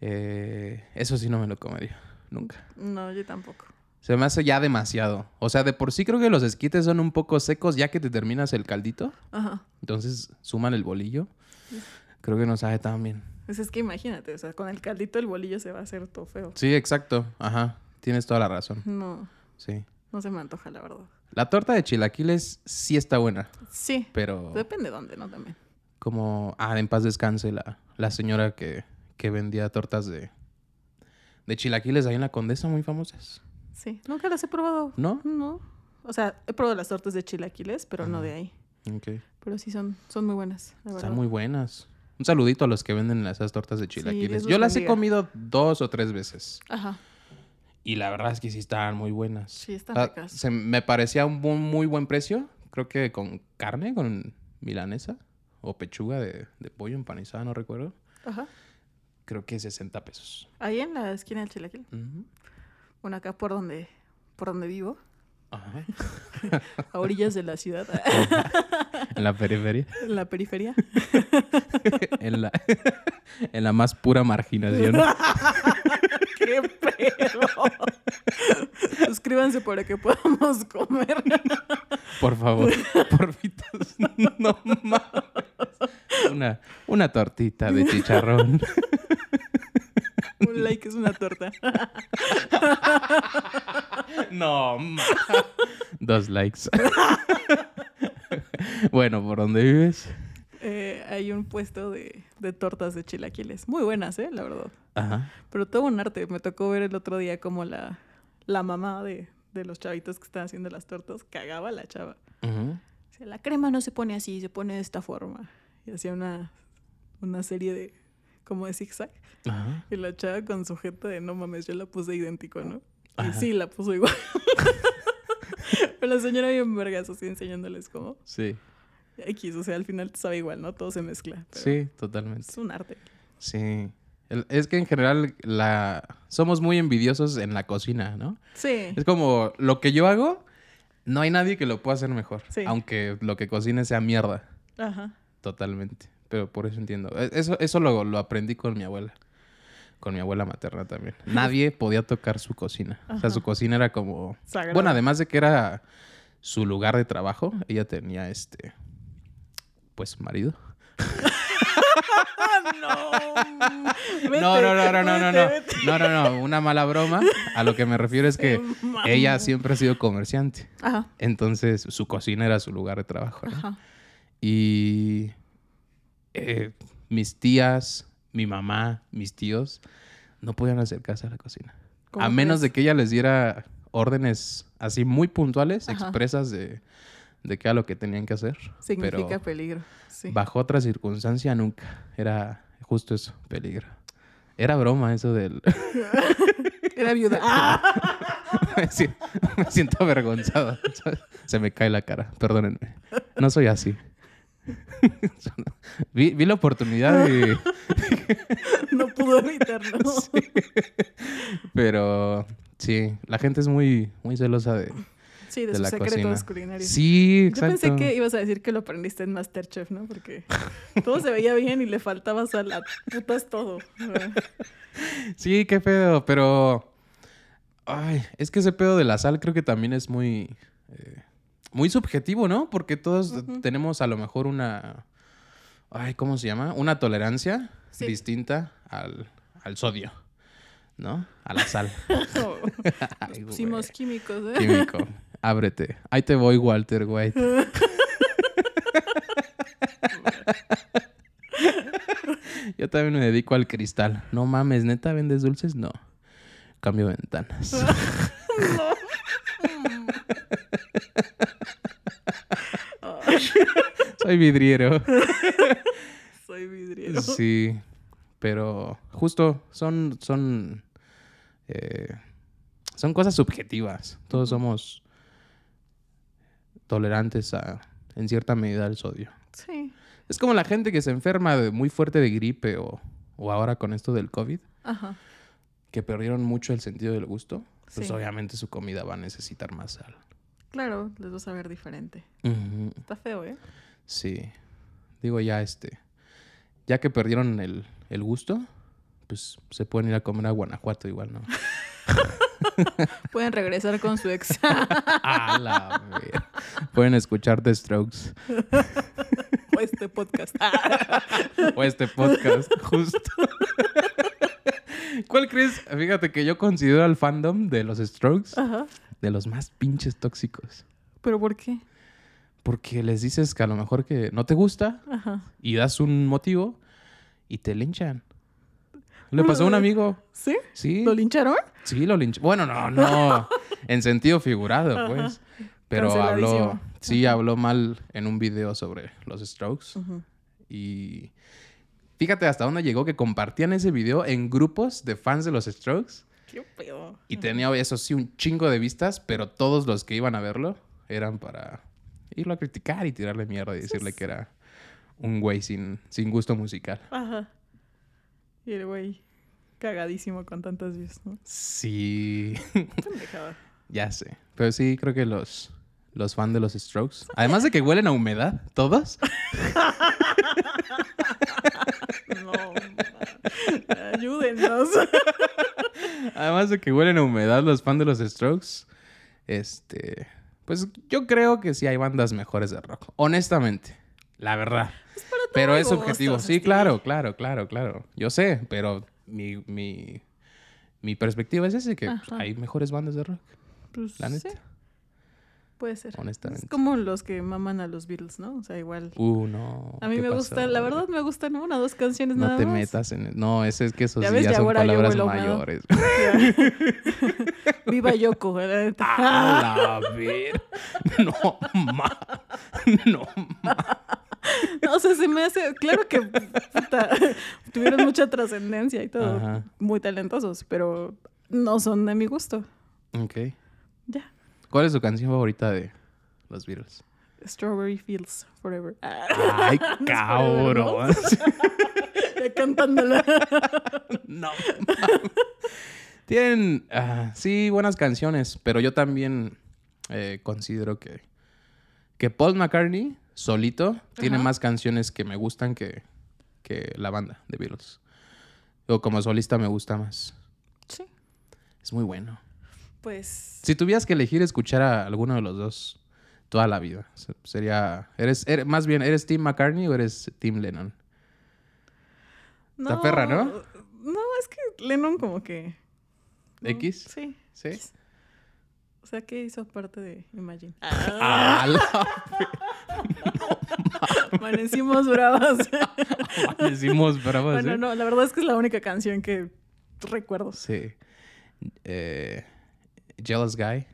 A: Eh, eso sí no me lo comería. Nunca.
B: No, yo tampoco.
A: Se me hace ya demasiado. O sea, de por sí creo que los esquites son un poco secos ya que te terminas el caldito.
B: Ajá.
A: Entonces suman el bolillo. Creo que no sabe tan bien.
B: Pues es que imagínate, o sea, con el caldito el bolillo se va a hacer todo feo.
A: Sí, exacto. Ajá. Tienes toda la razón.
B: No,
A: Sí.
B: no se me antoja, la verdad.
A: La torta de chilaquiles sí está buena,
B: Sí.
A: pero
B: Depende de dónde, ¿no? También.
A: como... Ah, en paz descanse la, la señora que, que vendía tortas de, de chilaquiles ahí en la Condesa, muy famosas.
B: Sí. Nunca las he probado.
A: ¿No?
B: No. O sea, he probado las tortas de chilaquiles, pero no
A: Ajá.
B: de ahí.
A: Ok.
B: Pero sí son, son muy buenas, la verdad.
A: Están muy buenas. Un saludito a los que venden esas tortas de chilaquiles.
B: Dios los
A: Yo las he
B: bendiga.
A: comido dos o tres veces.
B: Ajá.
A: Y la verdad es que sí estaban muy buenas.
B: Sí, están
A: Ah,
B: ricas.
A: se- me parecía un bu- muy buen precio. Creo que con carne, con milanesa o pechuga de, de pollo empanizada, no recuerdo.
B: Ajá.
A: Creo que 60 pesos.
B: Ahí en la esquina del chilaquil.
A: Ujú.
B: Bueno, acá por donde, por donde vivo,
A: Ajá.
B: a orillas de la ciudad, ah,
A: En la periferia.
B: en la periferia.
A: en, la, en la más pura marginación.
B: ¿Qué pedo? Suscríbanse para que podamos comer.
A: Por favor, porfitas, no mames. Una, una tortita de chicharrón.
B: Un like es una torta.
A: No mames. Dos likes. Bueno, ¿por dónde vives?
B: Eh, hay un puesto de, de tortas de chilaquiles. Muy buenas, ¿eh? La verdad.
A: Ajá.
B: Pero todo un arte. Me tocó ver el otro día como la, la mamá de, de los chavitos que están haciendo las tortas cagaba a la chava.
A: Ujú.
B: O sea, la crema no se pone así, se pone de esta forma. Y hacía una, una serie de como de zigzag.
A: Ajá.
B: Y la chava con su jeta de no mames, yo la puse idéntico, ¿no? Y
A: Ajá.
B: sí, la puso igual. Pero la señora bien vergas así enseñándoles cómo.
A: Sí,
B: X, o sea, al final te sabe igual, ¿no? Todo se mezcla. pero
A: sí, totalmente.
B: Es un arte.
A: Sí. El- es que en general la somos muy envidiosos en la cocina, ¿no?
B: Sí.
A: Es como lo que yo hago, no hay nadie que lo pueda hacer mejor.
B: Sí.
A: Aunque lo que cocine sea mierda,
B: Ajá.
A: totalmente. Pero por eso entiendo. E- Eso, eso lo, lo aprendí con mi abuela. Con mi abuela materna también. Nadie podía tocar su cocina. O sea,
B: Ajá.
A: su cocina era como.
B: Sagrado.
A: Bueno, además de que era su lugar de trabajo, ella tenía este. Pues marido.
B: no. Vete,
A: no, no, no, no, no, no, no.
B: vete, vete.
A: No, no, no. Una mala broma. A lo que me refiero es que
B: Se mamó.
A: ella siempre ha sido comerciante.
B: Ajá.
A: Entonces, su cocina era su lugar de trabajo. ¿no?
B: Ajá.
A: Y eh, mis tías, mi mamá, mis tíos, no podían acercarse a la cocina.
B: ¿Cómo
A: A menos
B: crees?
A: de que ella les diera órdenes así muy puntuales,
B: Ajá.
A: expresas de, de qué era lo que tenían que hacer.
B: Significa
A: Pero
B: peligro. Sí.
A: bajo otra circunstancia nunca. Era justo eso, peligro. Era broma eso del...
B: Era viuda. ¡Ah!
A: me, siento, me siento avergonzado. Se me cae la cara, perdónenme. No soy así. vi, vi la oportunidad y...
B: No pudo evitarlo.
A: Pero sí, la gente es muy, muy celosa de...
B: Sí, de,
A: De
B: sus
A: la
B: secretos
A: cocina.
B: culinarios.
A: Sí,
B: Yo
A: exacto.
B: pensé que ibas a decir que lo aprendiste en Masterchef, ¿no? Porque todo se veía bien y le faltaba sal a putas todo.
A: Sí, qué pedo, pero... Ay, es que ese pedo de la sal creo que también es muy... eh, muy subjetivo, ¿no? Porque todos
B: Ujú.
A: tenemos a lo mejor una... Ay, ¿cómo se llama? Una tolerancia
B: Sí.
A: distinta al, al sodio, ¿no? A la sal.
B: No,
A: Ay, güey.
B: pusimos químicos, ¿eh?
A: Químico. Ábrete. Ahí te voy, Walter White. Yo también me dedico al cristal. No mames, neta, ¿vendes dulces? No. Cambio ventanas.
B: No. Mm. Ay,
A: Soy vidriero.
B: soy vidriero.
A: Sí. Pero justo son. Son. eh, son cosas subjetivas. Todos
B: Ujú.
A: somos tolerantes a. En cierta medida al sodio.
B: Sí.
A: Es como la gente que se enferma de muy fuerte de gripe o, o ahora con esto del COVID,
B: Ajá.
A: que perdieron mucho el sentido del gusto. Pues
B: Sí.
A: obviamente su comida va a necesitar más sal.
B: Claro, les vas a ver diferente.
A: Ujú,
B: Está feo, ¿eh?
A: Sí. Digo ya este. Ya que perdieron el, el gusto, pues se pueden ir a comer a Guanajuato igual, ¿no?
B: Pueden regresar con su ex.
A: a la ver- Pueden escuchar The Strokes
B: o este podcast. Ah.
A: o este podcast, justo. ¿Cuál crees? Fíjate que yo considero al fandom de los Strokes
B: Ajá.
A: de los más pinches tóxicos.
B: ¿Pero por qué?
A: Porque les dices que a lo mejor que no te gusta
B: Ajá.
A: y das un motivo y te linchan. Le pasó a un amigo.
B: ¿Sí?
A: Sí,
B: ¿Lo lincharon?
A: sí, lo linchó. Bueno, no, no. En sentido figurado,
B: Ajá.
A: pues. Pero habló,
B: Canceladísimo.
A: sí, habló mal en un video sobre los strokes.
B: Ujú.
A: Y fíjate hasta dónde llegó que compartían ese video en grupos de fans de los strokes.
B: Qué pedo.
A: Y tenía, eso sí, un chingo de vistas, pero todos los que iban a verlo eran para irlo a criticar y tirarle mierda y decirle que era un güey sin, sin gusto musical.
B: Ajá. Y el güey cagadísimo con tantas views, ¿no?
A: Sí,
B: Pendejada.
A: ya sé. Pero sí, creo que los, los fans de los Strokes, además de que huelen a humedad, todos,
B: No. ma. Ayúdennos.
A: Además de que huelen a humedad los fans de los Strokes, este, pues yo creo que sí hay bandas mejores de rock, honestamente, la verdad. pero
B: hay
A: es subjetivo,
B: gustos,
A: sí,
B: Stevie.
A: claro, claro, claro, claro. Yo sé, pero mi, mi, mi perspectiva es ese, que pues,
B: Ajá.
A: hay mejores bandas de rock,
B: Pues,
A: la neta,
B: sí, puede ser.
A: honestamente.
B: Es como los que maman a los Beatles, ¿no? O sea, igual.
A: Uh, no.
B: a mí
A: ¿qué
B: me
A: pasó?
B: gusta, la verdad me gustan una o dos canciones
A: No
B: nada
A: te
B: más.
A: metas en... e-, No, ese es que esos
B: Ya
A: ya,
B: ves, ya
A: son
B: ahora yo
A: palabras
B: huelo humedad.
A: mayores.
B: Viva Yoko, la neta.
A: ¡A Ah, la ver! No, ma. No, ma.
B: No, o sea, se me hace, claro que puta, tuvieron mucha trascendencia y todo,
A: Ajá.
B: muy talentosos, pero no son de mi gusto.
A: Ok.
B: Ya,
A: ¿Cuál es tu canción favorita de los Beatles?
B: Strawberry Fields Forever. Ah,
A: ¡Ay,
B: cabrón. ya cantándola.
A: no. mames. Tienen, ah, sí, buenas canciones, pero yo también eh, considero que, que Paul McCartney solito tiene
B: Ajá.
A: más canciones que me gustan que, que la banda de Beatles. O como solista me gusta más.
B: Sí,
A: Es muy bueno.
B: pues,
A: Si tuvieras que elegir escuchar a alguno de los dos toda la vida, se- sería. Eres, er- más bien, ¿eres Team McCartney o eres Team Lennon?
B: no.
A: Está perra, ¿no?
B: No, es que Lennon como que... no,
A: ¿X?
B: Sí.
A: Sí.
B: X. O sea, ¿qué hizo aparte de Imagine? Ah,
A: ¡A Ah, la
B: Amanecimos bravas.
A: Decimos bravos,
B: bueno,
A: ¿eh?
B: no, la verdad es que es la única canción que recuerdo.
A: Sí. Eh, Jealous Guy.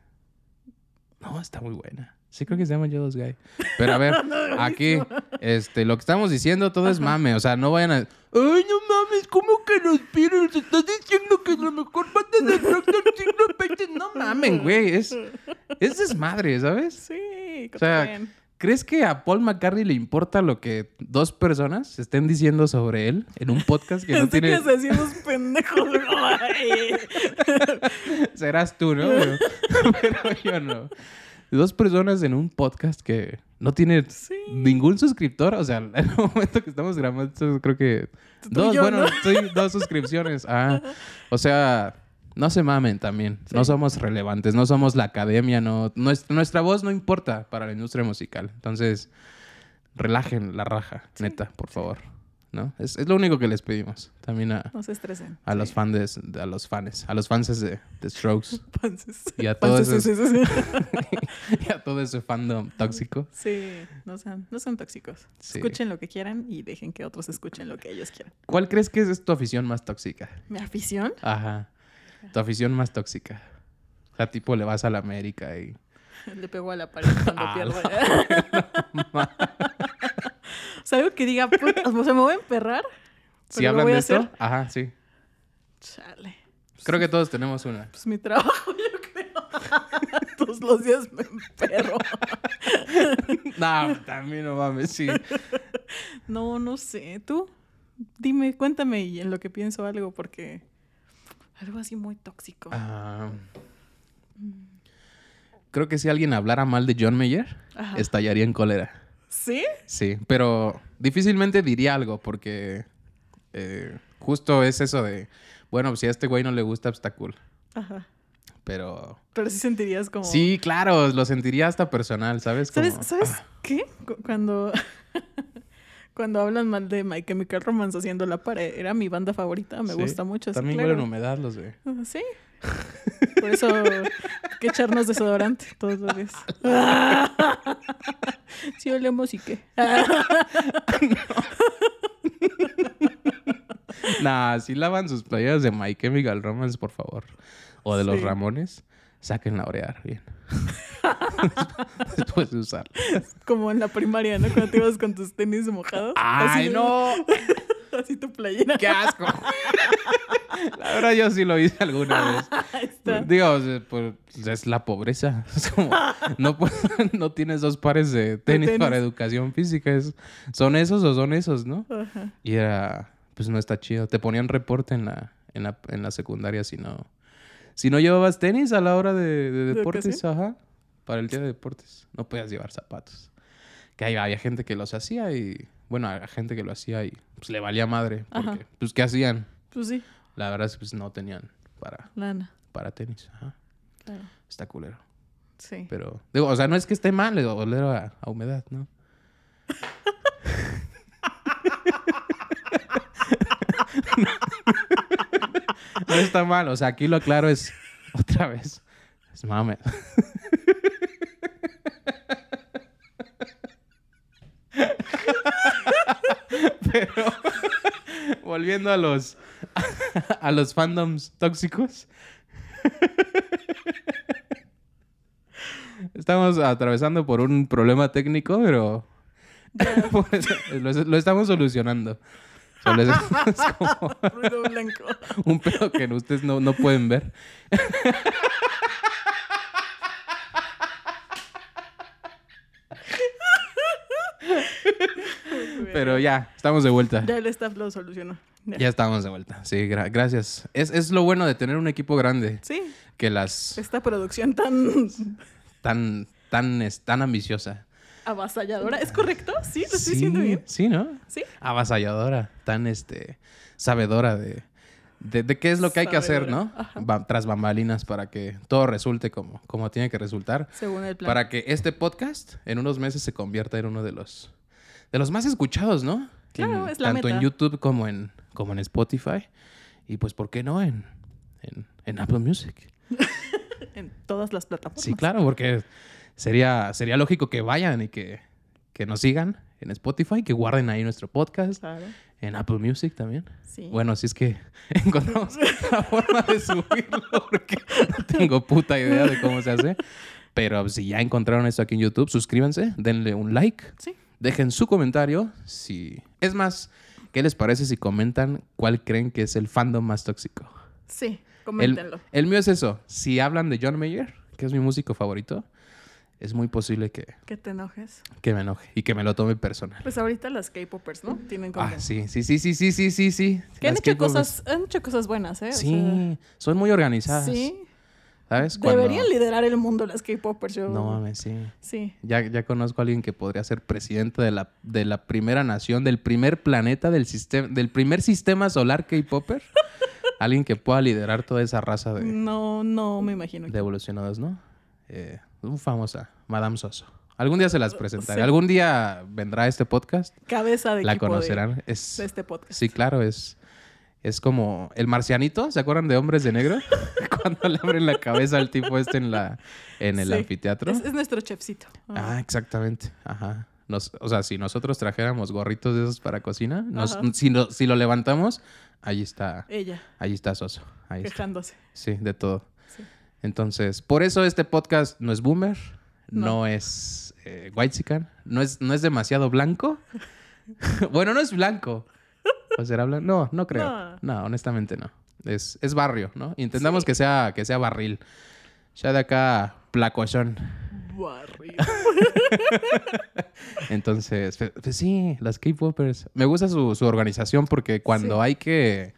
A: No, está muy buena. Sí creo que se llama Jealous Guy. Pero a ver, aquí, este, lo que estamos diciendo todo es mame. O sea, no vayan a... Ay, no mames, ¿cómo que los Beatles estás diciendo que es la mejor banda de rock del siglo XX? No mamen, güey. Es, es desmadre, ¿sabes?
B: Sí,
A: O sea,
B: cotorrean.
A: ¿Crees que a Paul McCartney le importa lo que dos personas estén diciendo sobre él en un podcast que no
B: Pensé
A: tiene...
B: que se hacían los pendejos. ¿no? Ay.
A: Serás tú, ¿no? Pero, pero yo no. Dos personas en un podcast que no tiene
B: Sí.
A: ningún suscriptor. O sea, en el momento que estamos grabando, esto, creo que.
B: Tú y
A: Dos,
B: yo,
A: bueno,
B: ¿no?
A: sí, dos suscripciones. Ah, o sea, no se mamen también. No somos relevantes, no somos la academia, no. Nuestra, nuestra voz no importa para la industria musical. Entonces, relajen la raja, neta, por favor. ¿No? Es, es lo único que les pedimos también a,
B: No se estresen.
A: a los fans, a los fans, a los fans de, de Strokes
B: Pances.
A: y a todo
B: Pances,
A: ese,
B: sí, sí, sí.
A: y a todo ese fandom tóxico.
B: Sí, no sean, no sean tóxicos.
A: Sí.
B: Escuchen lo que quieran y dejen que otros escuchen lo que ellos quieran.
A: ¿Cuál crees que es tu afición más tóxica?
B: ¿Mi afición?
A: Ajá. Tu afición más tóxica. O sea, tipo le vas a la América y
B: Le pego a la pared cuando
A: Ah,
B: pierdo. o sea, algo que diga, puta, o sea, me voy a emperrar.
A: si
B: Pero lo
A: hablan
B: voy
A: de
B: a
A: esto,
B: hacer.
A: ajá, sí.
B: Chale.
A: Creo que todos tenemos una.
B: Pues mi trabajo, yo creo. Todos los días me emperro.
A: No, también no mames, sí.
B: No, no sé. Tú, dime, cuéntame y en lo que pienso algo, porque algo así muy tóxico.
A: Ah, creo que si alguien hablara mal de John Mayer,
B: Ajá.
A: estallaría en cólera.
B: ¿Sí?
A: Sí, pero difícilmente diría algo porque eh, justo es eso de, bueno, si a este güey no le gusta, pues está cool.
B: Ajá.
A: Pero
B: Pero sí sentirías como.
A: sí, claro, lo sentiría hasta personal, ¿sabes?
B: ¿Sabes,
A: Como-
B: ¿sabes
A: Ah,
B: qué? Cu- Cuando. Cuando hablan mal de My Chemical Romance haciendo la pared, era mi banda favorita, me
A: sí.
B: gusta mucho. sí,
A: También
B: claro.
A: huelen humedad los de.
B: Ah, Sí. Por eso hay que echarnos desodorante todos los días. Sí, olemos y qué.
A: Nah, si lavan sus playeras de My Chemical Romance, por favor. O de los
B: Sí.
A: Ramones, sáquenla a orear bien. Después de usarla.
B: Como en la primaria, ¿no? Cuando te ibas con tus tenis mojados.
A: ¡Ay,
B: así-
A: no!
B: Así tu playera.
A: ¡Qué asco! La verdad, yo sí lo hice alguna vez.
B: Ahí está.
A: Digo, o sea, pues, es la pobreza. Es como, no, puedes- no tienes dos pares de tenis,
B: tenis.
A: para educación física. Es, son esos o son esos, ¿no?
B: Ajá.
A: Y era, pues no está chido. Te ponían reporte en la, en la, en la secundaria si no, si no llevabas tenis a la hora de, de deportes, ajá. Para el día de deportes. No podías llevar zapatos. Que ahí había gente que los hacía y, bueno, había gente que lo hacía y pues le valía madre.
B: Ajá.
A: Porque, pues, ¿qué hacían?
B: Pues sí.
A: La verdad es que pues, no tenían para,
B: Lana.
A: para tenis. Ajá.
B: Claro.
A: Está culero.
B: Sí.
A: Pero, digo, o sea, no es que esté mal o- oler a, a humedad, ¿no? No está mal, o sea, aquí lo claro es otra vez. Es mame. Pero volviendo a los a los fandoms tóxicos. Estamos atravesando por un problema técnico, pero por eso- lo, lo estamos solucionando. Solo es es como
B: Ruido blanco.
A: un pedo que ustedes no, no pueden ver. Pero ya, estamos de vuelta.
B: Ya el staff lo solucionó. Ya.
A: Ya estamos de vuelta. Sí, gra- gracias. Es, es lo bueno de tener un equipo grande
B: Sí,
A: que las
B: esta producción tan
A: tan tan es tan ambiciosa.
B: avasalladora. ¿Es correcto? Sí, lo estoy diciendo bien.
A: Sí, ¿no?
B: Sí.
A: Avasalladora, tan este sabedora de de, de qué es lo que hay que hacer, ¿no?
B: Sabedora, ajá.
A: Ba- tras bambalinas para que todo resulte como como tiene que resultar.
B: Según el plan.
A: Para que este podcast en unos meses se convierta en uno de los de los más escuchados, ¿no?
B: Claro,
A: En-
B: es la
A: tanto en
B: meta.
A: YouTube como en como en Spotify y pues por qué no en en, en Apple Music.
B: En todas las plataformas.
A: Sí, claro, porque sería sería lógico que vayan y que que nos sigan en Spotify, que guarden ahí nuestro podcast,
B: Claro.
A: en Apple Music también.
B: Sí.
A: Bueno, si es que encontramos la forma de subirlo porque no tengo puta idea de cómo se hace. Pero pues, si ya encontraron esto aquí en YouTube, suscríbanse, denle un like,
B: Sí.
A: dejen su comentario. Si... Es más, ¿qué les parece si comentan cuál creen que es el fandom más tóxico?
B: Sí,
A: El,
B: coméntenlo.
A: el mío es eso. Si hablan de John Mayer, que es mi músico favorito, es muy posible que,
B: Que te enojes.
A: que me enoje y que me lo tome personal.
B: Pues ahorita las K-popers, ¿no? Tienen como.
A: Ah, sí, sí, sí, sí, sí, sí, sí, sí.
B: Que han
A: Las
B: hecho,
A: K-popers.
B: cosas, han hecho cosas buenas, ¿eh? O
A: Sí, son muy
B: sea,
A: organizadas.
B: sí.
A: ¿Sabes? Cuando-
B: Deberían liderar el mundo las K-popers. Yo...
A: No mames, sí.
B: Sí.
A: Ya, ya conozco a alguien que podría ser presidente de la, de la primera nación, del primer planeta, del, sistema, del primer sistema solar K-Popper. alguien que pueda liderar toda esa raza
B: Mm.
A: de,
B: No, no me imagino.
A: de evolucionados, ¿no? Eh, un famosa, Madame Soso. Algún día se las presentaré.
B: Sí.
A: Algún día vendrá este podcast.
B: Cabeza de
A: La
B: equipo de-
A: conocerán.
B: De,
A: Es,
B: este podcast.
A: Sí, claro, es, es como el marcianito, ¿se acuerdan de Hombres de Negro? Cuando le abren la cabeza al tipo este en, la, en el
B: Sí.
A: anfiteatro.
B: Es, es nuestro chefcito.
A: Ah, exactamente. Ajá. Nos- o sea, si nosotros trajéramos gorritos de esos para cocina, nos-
B: Ajá.
A: si, lo, si lo levantamos, ahí está,
B: Ella,
A: ahí está Soso. Ahí está.
B: quejándose.
A: Sí, de todo.
B: Sí.
A: Entonces, por eso este podcast no es boomer, no,
B: No.
A: es eh, whitezican, no es, no es demasiado blanco. bueno, no es blanco. ¿O será blanco? No, no creo. No,
B: No.
A: honestamente no. Es, es barrio, ¿no? Intentamos que, sea, que sea barril. Ya de acá, placochón.
B: Barrio.
A: Entonces, pe- pues sí, las K-Popers. Me gusta su, su organización porque cuando
B: Sí.
A: hay que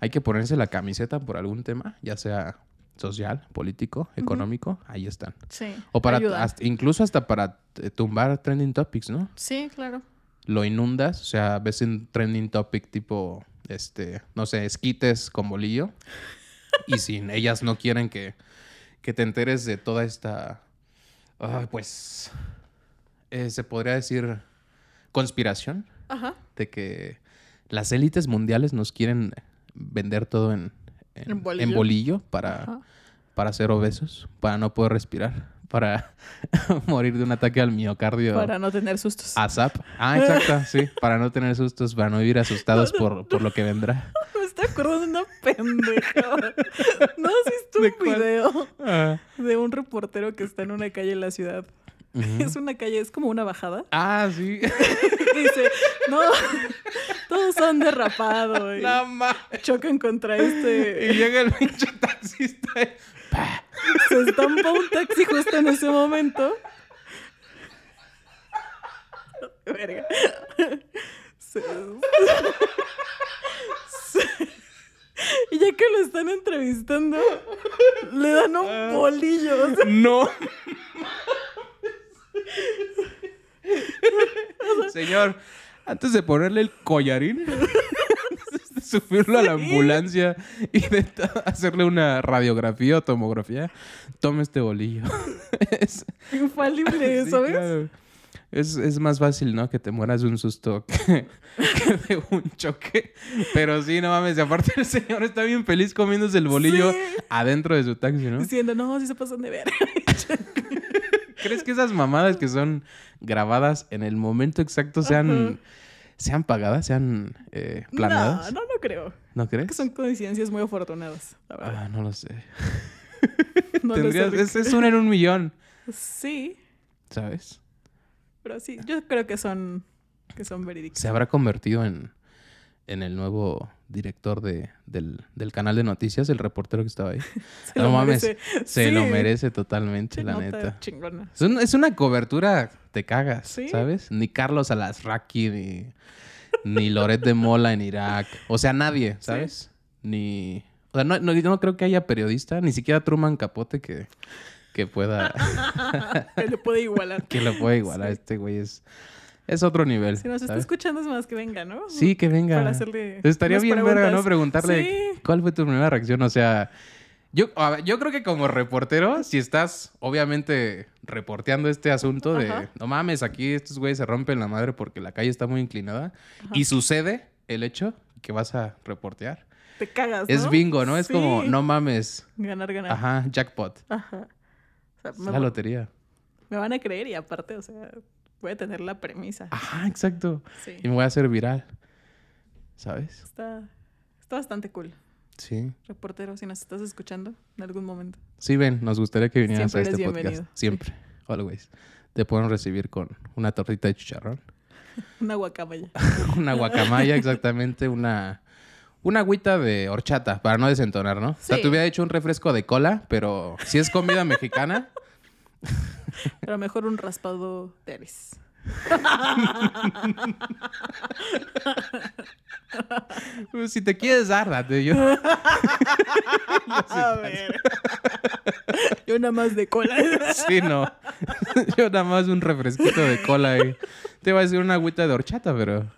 A: hay que ponerse la camiseta por algún tema, ya sea social, político, económico, ahí están.
B: Sí.
A: O para
B: Ayuda.
A: hasta- incluso hasta para eh, tumbar trending topics, ¿no?
B: Sí, claro.
A: Lo inundas, o sea, ves un trending topic tipo este, no sé, esquites con bolillo y sin ellas no quieren que que te enteres de toda esta ah, pues eh, se podría decir conspiración
B: Ajá.
A: de que las élites mundiales nos quieren vender todo en, en,
B: En bolillo.
A: en bolillo para,
B: Ajá.
A: para ser obesos, para no poder respirar, para morir de un ataque al miocardio.
B: Para no tener sustos.
A: ASAP. Ah, exacto, sí. Para no tener sustos, para no vivir asustados por, por lo que vendrá.
B: Me estoy acordando de una pendeja. No sé si tú
A: ¿De
B: un
A: cuál?
B: video de un reportero que está en una calle en la ciudad. Es una calle, es como una bajada.
A: Ah, sí.
B: Y dice, no, todos han derrapado y
A: No mames.
B: chocan contra
A: Y
B: este.
A: llega el pinche taxista. y-
B: Se estampa un taxi justo en ese momento. Verga. Se- se- Y ya que lo están entrevistando, le dan
A: Ah.
B: un bolillo. o sea,
A: No. Señor, antes de ponerle el collarín, subirlo a la ambulancia y de ta- hacerle una radiografía o tomografía. Toma este bolillo. es,
B: Infalible,
A: sí,
B: ¿sabes?
A: claro. Es, es más fácil, ¿no? Que te mueras de un susto que, que de un choque. Pero sí, no mames. Y aparte el señor está bien feliz comiéndose el bolillo
B: Sí.
A: adentro de su taxi, ¿no?
B: Diciendo, no, si se pasan de ver.
A: ¿Crees que esas mamadas que son grabadas en el momento exacto sean,
B: Ajá.
A: sean pagadas, sean eh,
B: No,
A: planeadas?
B: no, no creo.
A: ¿No
B: Creo que
A: crees?
B: son coincidencias muy afortunadas, la verdad.
A: Ah, no lo sé.
B: No lo sé,
A: Tendrías,
B: Rick.
A: es, es una en un millón,
B: Sí,
A: ¿sabes?
B: pero sí, yo creo que son, que son verídicas.
A: Se habrá convertido en, en el nuevo director de, del, del canal de noticias, el reportero que estaba ahí.
B: Se
A: no
B: lo
A: mames,
B: merece.
A: Se lo
B: Sí.
A: merece totalmente,
B: Che,
A: la
B: nota
A: neta.
B: chingona.
A: Es, un- es una cobertura, te cagas,
B: Sí.
A: ¿sabes? Ni Carlos Alasraqui, ni, ni Loret de Mola en Irak. O sea, nadie, ¿sabes? Ni... O sea, no, no, yo no creo que haya periodista, ni siquiera Truman Capote que, que pueda...
B: Se le puede igualar.
A: que lo pueda igualar.
B: Sí.
A: Este güey es... Es otro nivel.
B: Si nos está
A: ¿sabes?
B: escuchando es más que venga, ¿no?
A: Sí, que venga.
B: Para hacerle
A: Estaría
B: unas
A: bien verga, ¿no?
B: preguntas.
A: Preguntarle
B: Sí.
A: cuál fue tu primera reacción. O sea, yo, a ver, yo creo que como reportero, si estás obviamente reporteando este asunto de
B: Ajá.
A: no mames, aquí estos güeyes se rompen la madre porque la calle está muy inclinada y sucede el hecho que vas a reportear.
B: Te cagas,
A: Es
B: Pues ¿no?
A: bingo, ¿no? Es
B: Sí.
A: como no mames.
B: Ganar, ganar. Ajá.
A: Ajá, jackpot.
B: O sea,
A: Es
B: me,
A: la lotería.
B: me van a creer y aparte, o sea, voy a tener la premisa.
A: Ajá, exacto.
B: Sí.
A: Ah, Y me voy a hacer viral. ¿Sabes?
B: Está, está bastante cool.
A: Sí.
B: Reportero, si nos estás escuchando en algún momento.
A: Sí, ven, nos gustaría que vinieras
B: Siempre
A: a este
B: eres
A: podcast.
B: bienvenido.
A: Siempre, always. Te pueden recibir con una tortita de chicharrón,
B: Una guacamaya.
A: una guacamaya, exactamente, una, una agüita de horchata, para no desentonar, ¿no? O sea,
B: Sí.
A: te hubiera hecho un refresco de cola, pero si es comida mexicana,
B: Pero mejor un raspado de Ares.
A: pues, si te quieres dar, date. Yo,
B: A ver. Y una más de cola.
A: sí, no. Yo nada más un refresquito de cola y te va a decir una agüita de horchata, pero...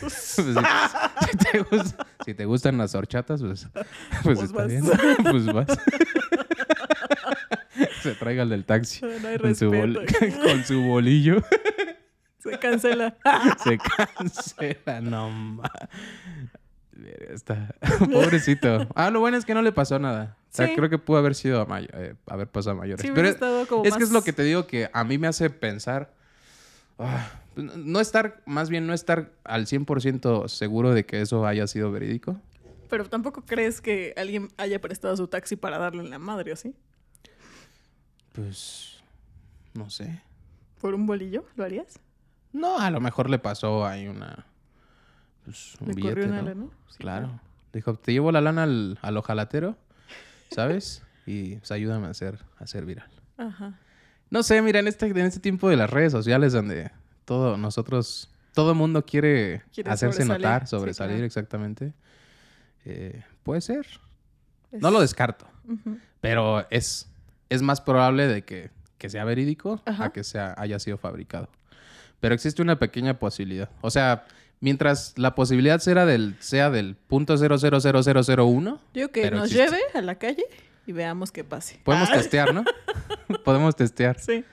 A: pues, si, si te gust- si te gustan las horchatas, pues, pues,
B: Pues
A: está
B: vas.
A: bien. Pues vas. Se traiga el del taxi.
B: No hay
A: Con su, bol-
B: respeto.
A: con su bolillo
B: Se cancela.
A: se cancela, no ma- Verga, Está... Pobrecito. Ah, lo bueno es que no le pasó nada. O sea,
B: Sí.
A: creo que pudo haber sido a may- eh, haber pasado a mayores.
B: Ah, Sí,
A: Pero
B: hubiera
A: es,
B: estado como
A: es que es lo
B: más-
A: que te digo que a mí me hace pensar. ah, no estar, más bien no estar al 100% seguro de que eso haya sido verídico.
B: Pero tampoco crees que alguien haya prestado su taxi para darle en la madre, ¿o sí?
A: Pues. No sé.
B: ¿Por un bolillo lo harías?
A: No, a lo mejor le pasó ahí una. Pues, un
B: ¿Le corrió
A: billete,
B: una
A: ¿no?
B: lana? Sí,
A: Claro. Dijo, te llevo la lana al, al ojalatero, ¿sabes? Y pues, ayúdame a hacer, a hacer viral.
B: Ajá.
A: No sé, mira, en este, en este tiempo de las redes sociales donde todo nosotros, todo mundo quiere,
B: Quiere
A: hacerse
B: sobresalir,
A: notar,
B: sí,
A: sobresalir
B: claro.
A: exactamente. Eh, puede ser. No lo descarto,
B: Ujú.
A: pero es, es más probable de que, que sea verídico
B: Ajá.
A: a que sea, haya sido fabricado. Pero existe una pequeña posibilidad. O sea, mientras la posibilidad sea del, sea del punto 0.00001,
B: Yo que
A: Pero
B: nos
A: existe.
B: lleve a la calle y veamos qué pase.
A: Podemos
B: Ah,
A: testear, ¿no? Podemos testear.
B: Sí.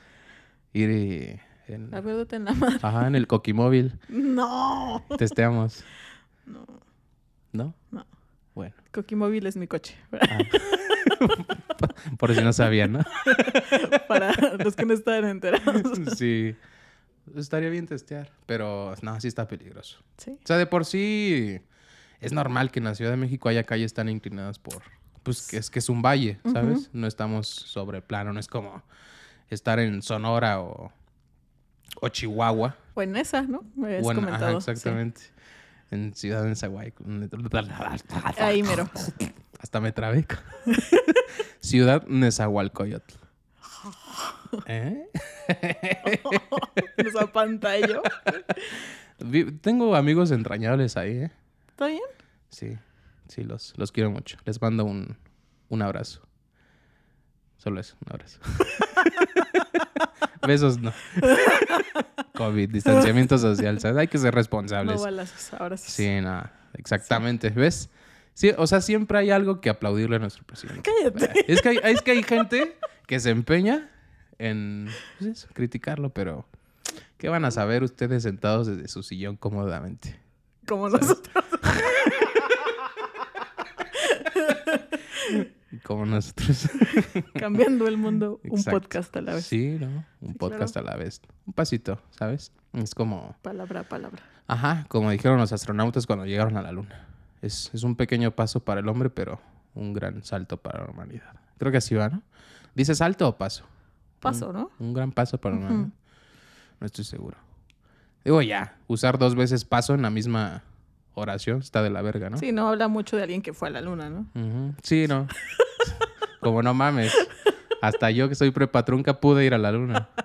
A: Ir eh, en,
B: A ver, date en la madre.
A: ajá, en el coquimóvil.
B: ¡No!
A: Testeamos.
B: No,
A: ¿No?
B: no.
A: Bueno,
B: Coquimóvil es mi coche.
A: Ah. por si no sabían, ¿no?
B: Para los que no están enterados.
A: Sí. Estaría bien testear, pero no, sí está peligroso.
B: Sí.
A: O sea, de por sí es normal que en la Ciudad de México haya calles tan inclinadas por... Pues que es que es un valle, ¿sabes? No estamos sobre el plano, no es como estar en Sonora o, o Chihuahua,
B: O en esa, ¿no? Me habías
A: Bueno, ajá,
B: comentado. sí.
A: exactamente. En Ciudad de Zaguay.
B: Ahí mero.
A: Hasta me trabé. Ciudad Nezahualcóyotl. ¿Eh?
B: En esa pantalla.
A: Vi- Tengo amigos entrañables ahí, ¿eh?
B: ¿Está bien?
A: Sí, sí, los, los quiero mucho. Les mando un, un abrazo. Solo eso, un abrazo. Besos no. COVID, distanciamiento social, ¿sabes? Hay que ser
B: No
A: responsables.
B: balazos, ahora sí.
A: Sí, nada. exactamente. ¿Ves? Sí, o sea, siempre hay algo que aplaudirle a nuestro presidente.
B: Cállate.
A: Es que hay, es que hay gente que se empeña en pues eso, criticarlo, pero ¿qué van a saber ustedes sentados desde su sillón cómodamente?
B: Como nosotros.
A: Como nosotros.
B: Cambiando el mundo, un
A: Exacto.
B: podcast a la vez.
A: Sí, ¿no? Un
B: Sí,
A: podcast a la vez. Un pasito, ¿sabes? Es como,
B: Palabra a palabra.
A: ajá, como dijeron los astronautas cuando llegaron a la Luna. Es, es un pequeño paso para el hombre, pero un gran salto para la humanidad. Creo que así va, ¿no? ¿Dice salto o paso?
B: Paso, ¿no?
A: Un gran paso para la
B: Ujú.
A: humanidad. No estoy seguro. Digo ya, usar dos veces paso en la misma oración está de la verga, ¿no?
B: Sí, no habla mucho de alguien que fue a la luna, ¿no?
A: Ujú. Sí, no. Como no mames. Hasta yo que soy prepatrunca pude ir a la luna.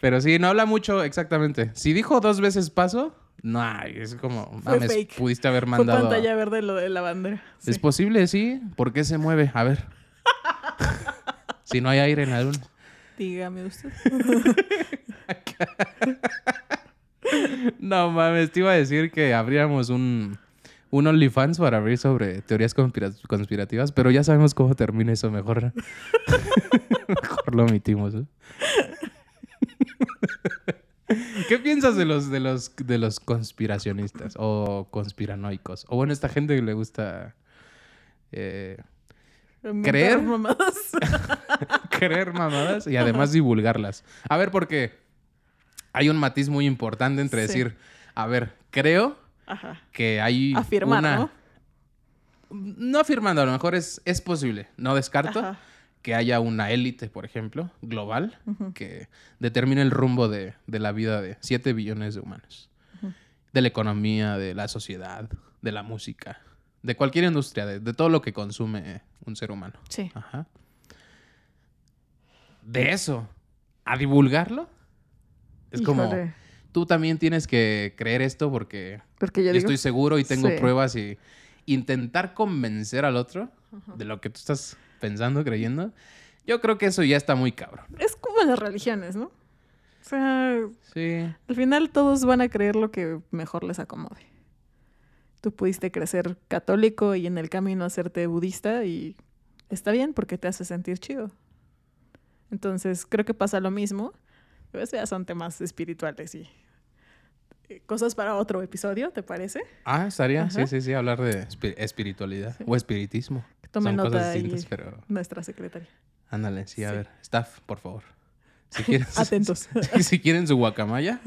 A: Pero sí, no habla mucho exactamente. Si dijo dos veces paso, no, ay, es como,
B: Fue
A: mames,
B: fake.
A: pudiste haber
B: Fue
A: mandado. a-
B: pantalla verde lo de la bandera. Sí.
A: Es posible, sí. ¿Por qué se mueve? A ver. si no hay aire en la luna.
B: Dígame usted.
A: No mames, te iba a decir que abriéramos un, un OnlyFans para abrir sobre teorías conspira- conspirativas, pero ya sabemos cómo termina eso, mejor, mejor lo omitimos. ¿eh? ¿Qué piensas de los, de los de los conspiracionistas o conspiranoicos? O bueno, esta gente que le gusta eh,
B: Inventar
A: ¿Creer?
B: mamadas.
A: creer mamadas y además divulgarlas. A ver, porque hay un matiz muy importante entre
B: Sí.
A: decir, a ver, creo
B: Ajá.
A: que hay
B: Afirmar,
A: una-
B: ¿no?
A: No afirmando, a lo mejor es, es posible, no descarto
B: Ajá.
A: que haya una élite, por ejemplo, global,
B: Ujú.
A: que determine el rumbo de, de la vida de 7 billones de humanos,
B: Ujú.
A: de la economía, de la sociedad, de la música, de cualquier industria, de, de todo lo que consume un ser humano.
B: Sí.
A: Ajá. De eso, a divulgarlo, es como,
B: Híjole,
A: tú también tienes que creer esto porque
B: Porque yo,
A: yo
B: digo.
A: estoy seguro y tengo
B: Sí.
A: pruebas y intentar convencer al otro de lo que tú estás pensando, creyendo, yo creo que eso ya está muy cabrón.
B: Es como las religiones, ¿no? O sea,
A: Sí.
B: al final todos van a creer lo que mejor les acomode. Tú pudiste crecer católico y en el camino hacerte budista y está bien porque te hace sentir chido. Entonces, creo que pasa lo mismo. Pero eso ya son temas espirituales y eh, cosas para otro episodio, ¿te parece?
A: Ah, estaría,
B: Ajá.
A: sí, sí, sí, hablar de espi- espiritualidad
B: Sí.
A: o espiritismo.
B: Tome
A: Son
B: nota
A: cosas
B: ahí.
A: distintas, pero
B: Nuestra secretaria.
A: ándale, sí, a
B: Sí.
A: ver. Staff, por favor. Si quieren,
B: Atentos.
A: si, si quieren su guacamaya,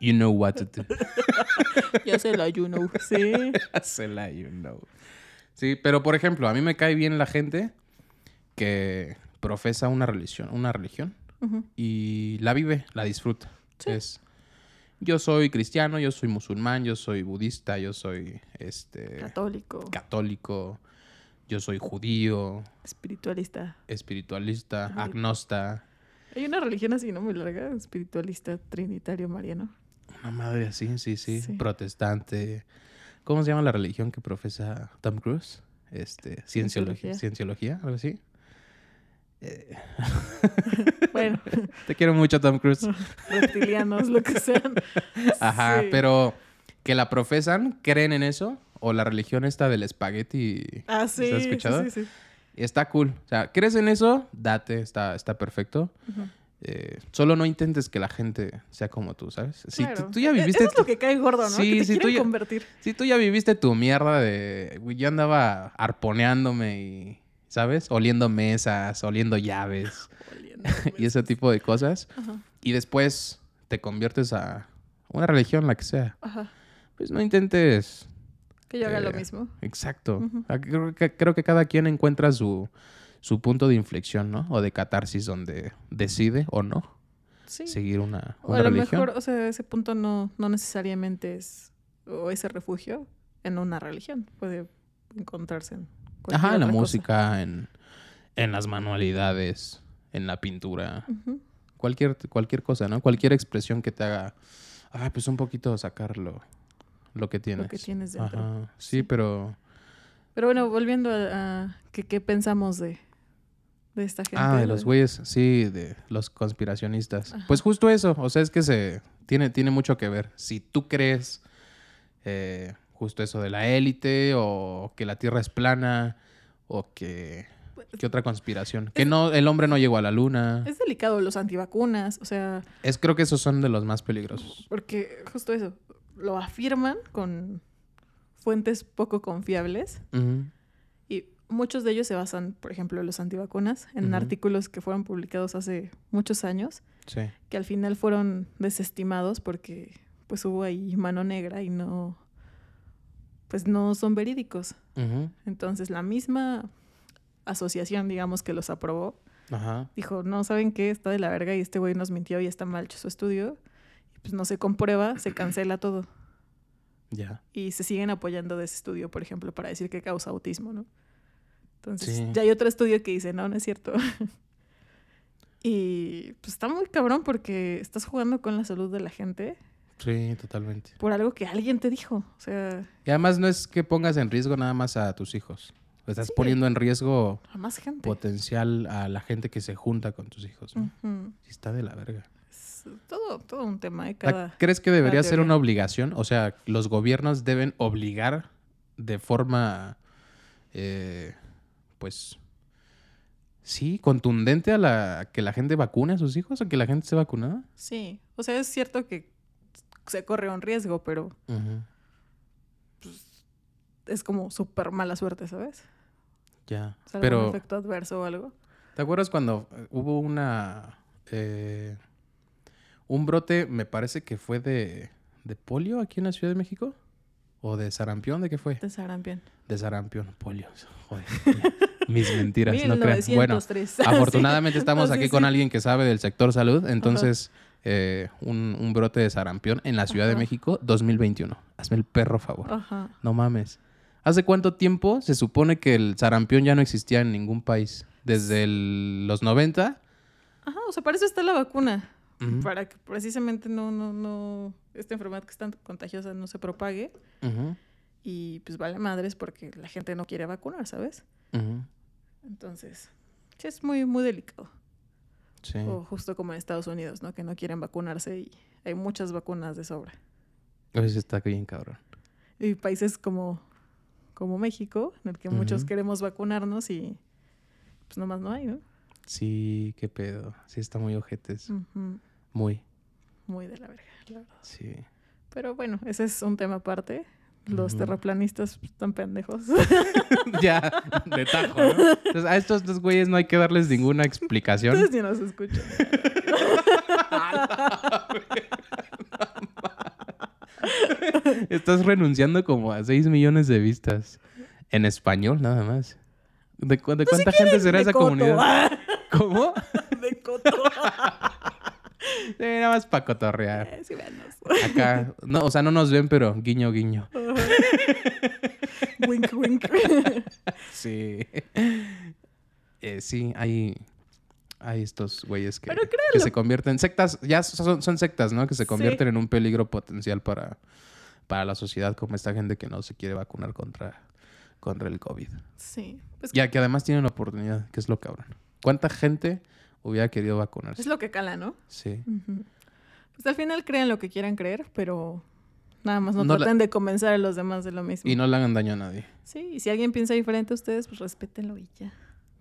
A: you know what to do.
B: Yo se lo ayuno. Sí.
A: Hazla, you know. Sí, pero por ejemplo, a mí me cae bien la gente que profesa una religión, una religión
B: Ujú.
A: y la vive, la disfruta.
B: Sí.
A: Es yo soy cristiano, yo soy musulmán, yo soy budista, yo soy este
B: Católico,
A: católico, yo soy judío,
B: espiritualista.
A: espiritualista,
B: Ujú.
A: agnosta,
B: Hay una religión así, ¿no? Muy larga. Espiritualista, trinitario, mariano.
A: una madre así, sí, sí,
B: Sí.
A: protestante. ¿Cómo se llama la religión que profesa Tom Cruise? Este, cienciología,
B: Cienciología.
A: cienciología, algo así. Eh,
B: Bueno,
A: te quiero mucho, Tom Cruise.
B: reptilianos, lo que sean.
A: Ajá,
B: Sí.
A: pero que la profesan, creen en eso, o la religión esta del espagueti
B: Ah, sí.
A: ¿Has
B: sí,
A: escuchado?
B: Sí, sí,
A: está cool. O sea, crees en eso, date, está, está perfecto.
B: Ujú.
A: Eh, solo no intentes que la gente sea como tú, ¿sabes? Si tú-
B: Claro.
A: tú, ya
B: E-
A: viviste,
B: Eso es lo
A: tu-
B: que cae gordo, ¿no?
A: Sí,
B: que te
A: sí, tú
B: quieren
A: ya-
B: convertir.
A: si tú ya viviste tu mierda de, güey, yo andaba arponeándome y, ¿sabes? Oliendo mesas, oliendo llaves
B: Oliendo,
A: y ese tipo de cosas.
B: Ajá.
A: Y después te conviertes a una religión, la que sea.
B: Ajá.
A: Pues no intentes
B: Que yo haga lo
A: Eh,
B: mismo.
A: Exacto.
B: Ujú.
A: Ah, creo, que, creo que cada quien encuentra su, su punto de inflexión, ¿no? O de catarsis donde decide o no
B: Sí.
A: seguir una,
B: O
A: una
B: a lo
A: religión.
B: mejor, o sea, ese punto no, no necesariamente es, o ese refugio, en una religión. Puede encontrarse en cualquier
A: Ajá, en la
B: otra cosa.
A: música, en, en las manualidades, en la pintura,
B: Ujú.
A: cualquier, cualquier cosa, ¿no? Cualquier expresión que te haga, ah, pues un poquito sacarlo, lo que tienes.
B: Lo que tienes dentro.
A: Ajá. Sí, pero
B: Pero bueno, volviendo a, a que- qué pensamos de, de esta gente.
A: Ah, de los güeyes, sí, de los conspiracionistas. Pues justo eso, o sea, es que se tiene, tiene mucho que ver. Si tú crees eh, justo eso de la élite o que la Tierra es plana o que... ¿Qué otra conspiración? Que no, el hombre no llegó a la luna.
B: Es delicado los antivacunas, o sea,
A: Es creo que esos son de los más peligrosos.
B: porque justo eso, lo afirman con fuentes poco confiables
A: Ujú.
B: y muchos de ellos se basan, por ejemplo, los antivacunas en
A: Ujú.
B: artículos que fueron publicados hace muchos años
A: Sí.
B: que al final fueron desestimados porque pues hubo ahí mano negra y no pues no son verídicos.
A: Ujú.
B: Entonces la misma asociación, digamos, que los aprobó,
A: Ajá.
B: dijo, no, ¿saben qué? Está de la verga y este güey nos mintió y está mal su estudio. Y pues no se comprueba, se cancela todo.
A: Ya.
B: Y se siguen apoyando de ese estudio, por ejemplo, para decir que causa autismo, ¿no? Entonces,
A: Sí.
B: ya hay otro estudio que dice, no, no es cierto. y pues está muy cabrón porque estás jugando con la salud de la gente
A: Sí, totalmente.
B: por algo que alguien te dijo. O sea,
A: Y además no es que pongas en riesgo nada más a tus hijos. Estás poniendo en riesgo
B: a más gente.
A: potencial a la gente que se junta con tus hijos. ¿no?
B: Ujú.
A: Sí está de la verga.
B: Es todo, todo un tema de
A: O sea,
B: cada...
A: Ah, ¿Crees que debería ser
B: teoría.
A: una obligación? O sea, los gobiernos deben obligar de forma, eh, pues, sí, contundente a la que la gente vacune a sus hijos, a que la gente esté vacunada.
B: Sí, o sea, es cierto que se corre un riesgo, pero es como súper mala suerte, ¿sabes?
A: Ya.
B: O sea, algún
A: Pero,
B: efecto adverso o algo.
A: ¿te acuerdas cuando eh, hubo una, eh, un brote, me parece que fue de, de polio aquí en la Ciudad de México? ¿O de sarampión? ¿De qué fue?
B: Te sabrán bien.
A: De sarampión, polio. Joder. Mis mentiras, no crean. Bueno,
B: 1903.
A: afortunadamente
B: Sí.
A: estamos
B: No, sí,
A: aquí con
B: sí.
A: alguien que sabe del sector salud. Entonces, eh, un, un brote de sarampión en la Ciudad de
B: Ajá. Oh.
A: México 2021. Hazme el perro favor.
B: Ajá.
A: No mames. ¿Hace cuánto tiempo se supone que el sarampión ya no existía en ningún país? ¿Desde el- los 90?
B: Ajá, o sea, para eso está la vacuna.
A: Ujú,
B: Para que precisamente no, no, no, esta enfermedad que es tan contagiosa no se propague.
A: ujú,
B: Y pues vale madres porque la gente no quiere vacunar, ¿sabes?
A: ujú.
B: Entonces, sí es muy, muy delicado.
A: Sí.
B: O justo como en Estados Unidos, ¿no? Que no quieren vacunarse y hay muchas vacunas de sobra.
A: Oye, sí está bien cabrón.
B: y países como, como México, en el que muchos
A: Ujú.
B: queremos vacunarnos y pues nomás no hay, ¿no?
A: Sí, qué pedo. Sí está muy
B: Mm.
A: ojetes.
B: Ujú.
A: Muy.
B: Muy de la verga, la verdad.
A: Sí.
B: Pero bueno, ese es un tema aparte. Los
A: Ujú.
B: terraplanistas pues, están pendejos.
A: ya, de tajo, ¿no? Entonces, a estos dos güeyes no hay que darles ninguna explicación.
B: Entonces ni nos escuchan.
A: Estás renunciando como a 6 millones de vistas. En español, nada más. ¿De, cu- de cuánta gente será
B: De
A: esa
B: coto.
A: comunidad? ¿Cómo?
B: De coto.
A: Sí, nada más para cotorrear.
B: Eh, sí, véanos.
A: Acá, no, o sea, no nos ven, pero guiño, guiño.
B: wink, wink.
A: Sí. Eh, sí, hay, hay estos güeyes que,
B: Pero
A: que se convierten. Sectas, ya son, son sectas, ¿no? Que se convierten en un peligro potencial para, para la sociedad, como esta gente que no se quiere vacunar contra, contra el COVID.
B: sí. Pues
A: Ya que además tienen la oportunidad, que es lo cabrón. ¿Cuánta gente hubiera querido vacunarse?
B: es lo que cala, ¿no?
A: Sí.
B: Ujú. Pues al final crean lo que quieran creer, pero nada más no,
A: No la-
B: traten de convencer a los demás de lo mismo.
A: Y no le hagan daño a nadie.
B: Sí, y si alguien piensa diferente a ustedes, pues respétenlo y ya.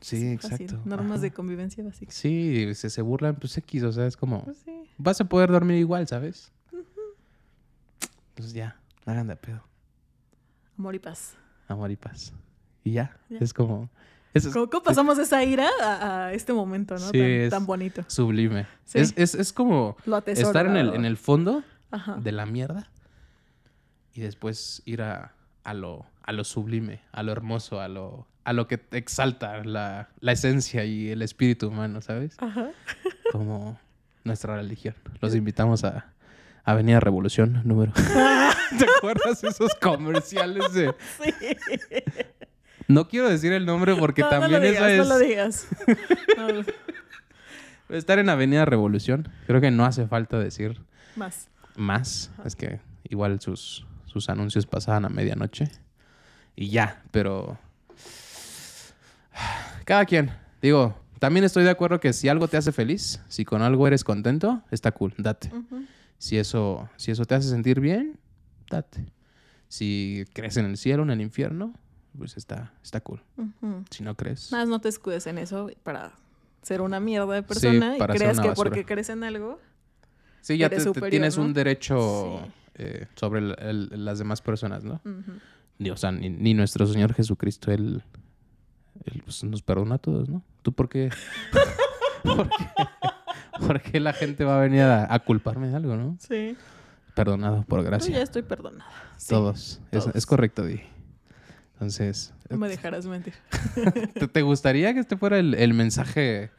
A: Sí,
B: Fácil.
A: exacto.
B: Normas de
A: Ajá.
B: convivencia básicas.
A: Sí, se, se burlan, pues X, o sea, es como...
B: Pues sí.
A: Vas a poder dormir igual, ¿sabes? Pues ya, no hagan de pedo.
B: Amor y paz.
A: Amor y paz. Y ya.
B: Ya.
A: Es como. Es
B: ¿Cómo, cómo pasamos de esa ira a, a este momento, no?
A: Sí,
B: tan,
A: es-
B: tan bonito.
A: sublime.
B: Sí.
A: Es, es- es Ah. como
B: Lo atesoro.
A: estar en el, en el fondo
B: Ajá.
A: de la mierda y después ir a, a lo, a lo sublime, a lo hermoso, a lo, a lo que te exalta la, la esencia y el espíritu humano, ¿sabes?
B: Ajá.
A: Como nuestra religión. Los invitamos a Avenida Revolución, número. ¿Te acuerdas esos comerciales de.?
B: Sí.
A: No quiero decir el nombre porque
B: No,
A: también
B: no lo
A: esa
B: digas,
A: es.
B: No lo digas. No,
A: Estar en Avenida Revolución, creo que no hace falta decir
B: más.
A: más. Es que igual sus, sus anuncios pasaban a medianoche. Y ya, pero. Cada quien. Digo, También estoy de acuerdo que si algo te hace feliz, si con algo eres contento, está cool, date.
B: Ujú.
A: Si eso, si eso te hace sentir bien, date. Si crees en el cielo, en el infierno, pues está, está cool.
B: Ujú.
A: Si no crees.
B: Nada más no te escudes en eso para ser una mierda de persona
A: para
B: y
A: ser
B: creas
A: una
B: que
A: basura.
B: porque crees en algo.
A: Sí, ya
B: eres
A: te- te
B: superior,
A: tienes
B: ¿no?
A: un derecho
B: Sí.
A: eh, sobre el- el- las demás personas, ¿no?
B: ujú.
A: Ni- O sea, ni, ni nuestro Señor Jesucristo, Él, él, pues, nos perdona a todos, ¿no? ¿Tú por qué? ¿Por qué, por qué la gente va a venir a, a culparme de algo, no?
B: Sí.
A: Perdonado por
B: Yo ya
A: gracia.
B: estoy perdonada. Sí,
A: todos. Es- Es,
B: todos.
A: correcto, Di. Entonces,
B: No me dejarás mentir.
A: ¿te, te gustaría que este fuera el, el mensaje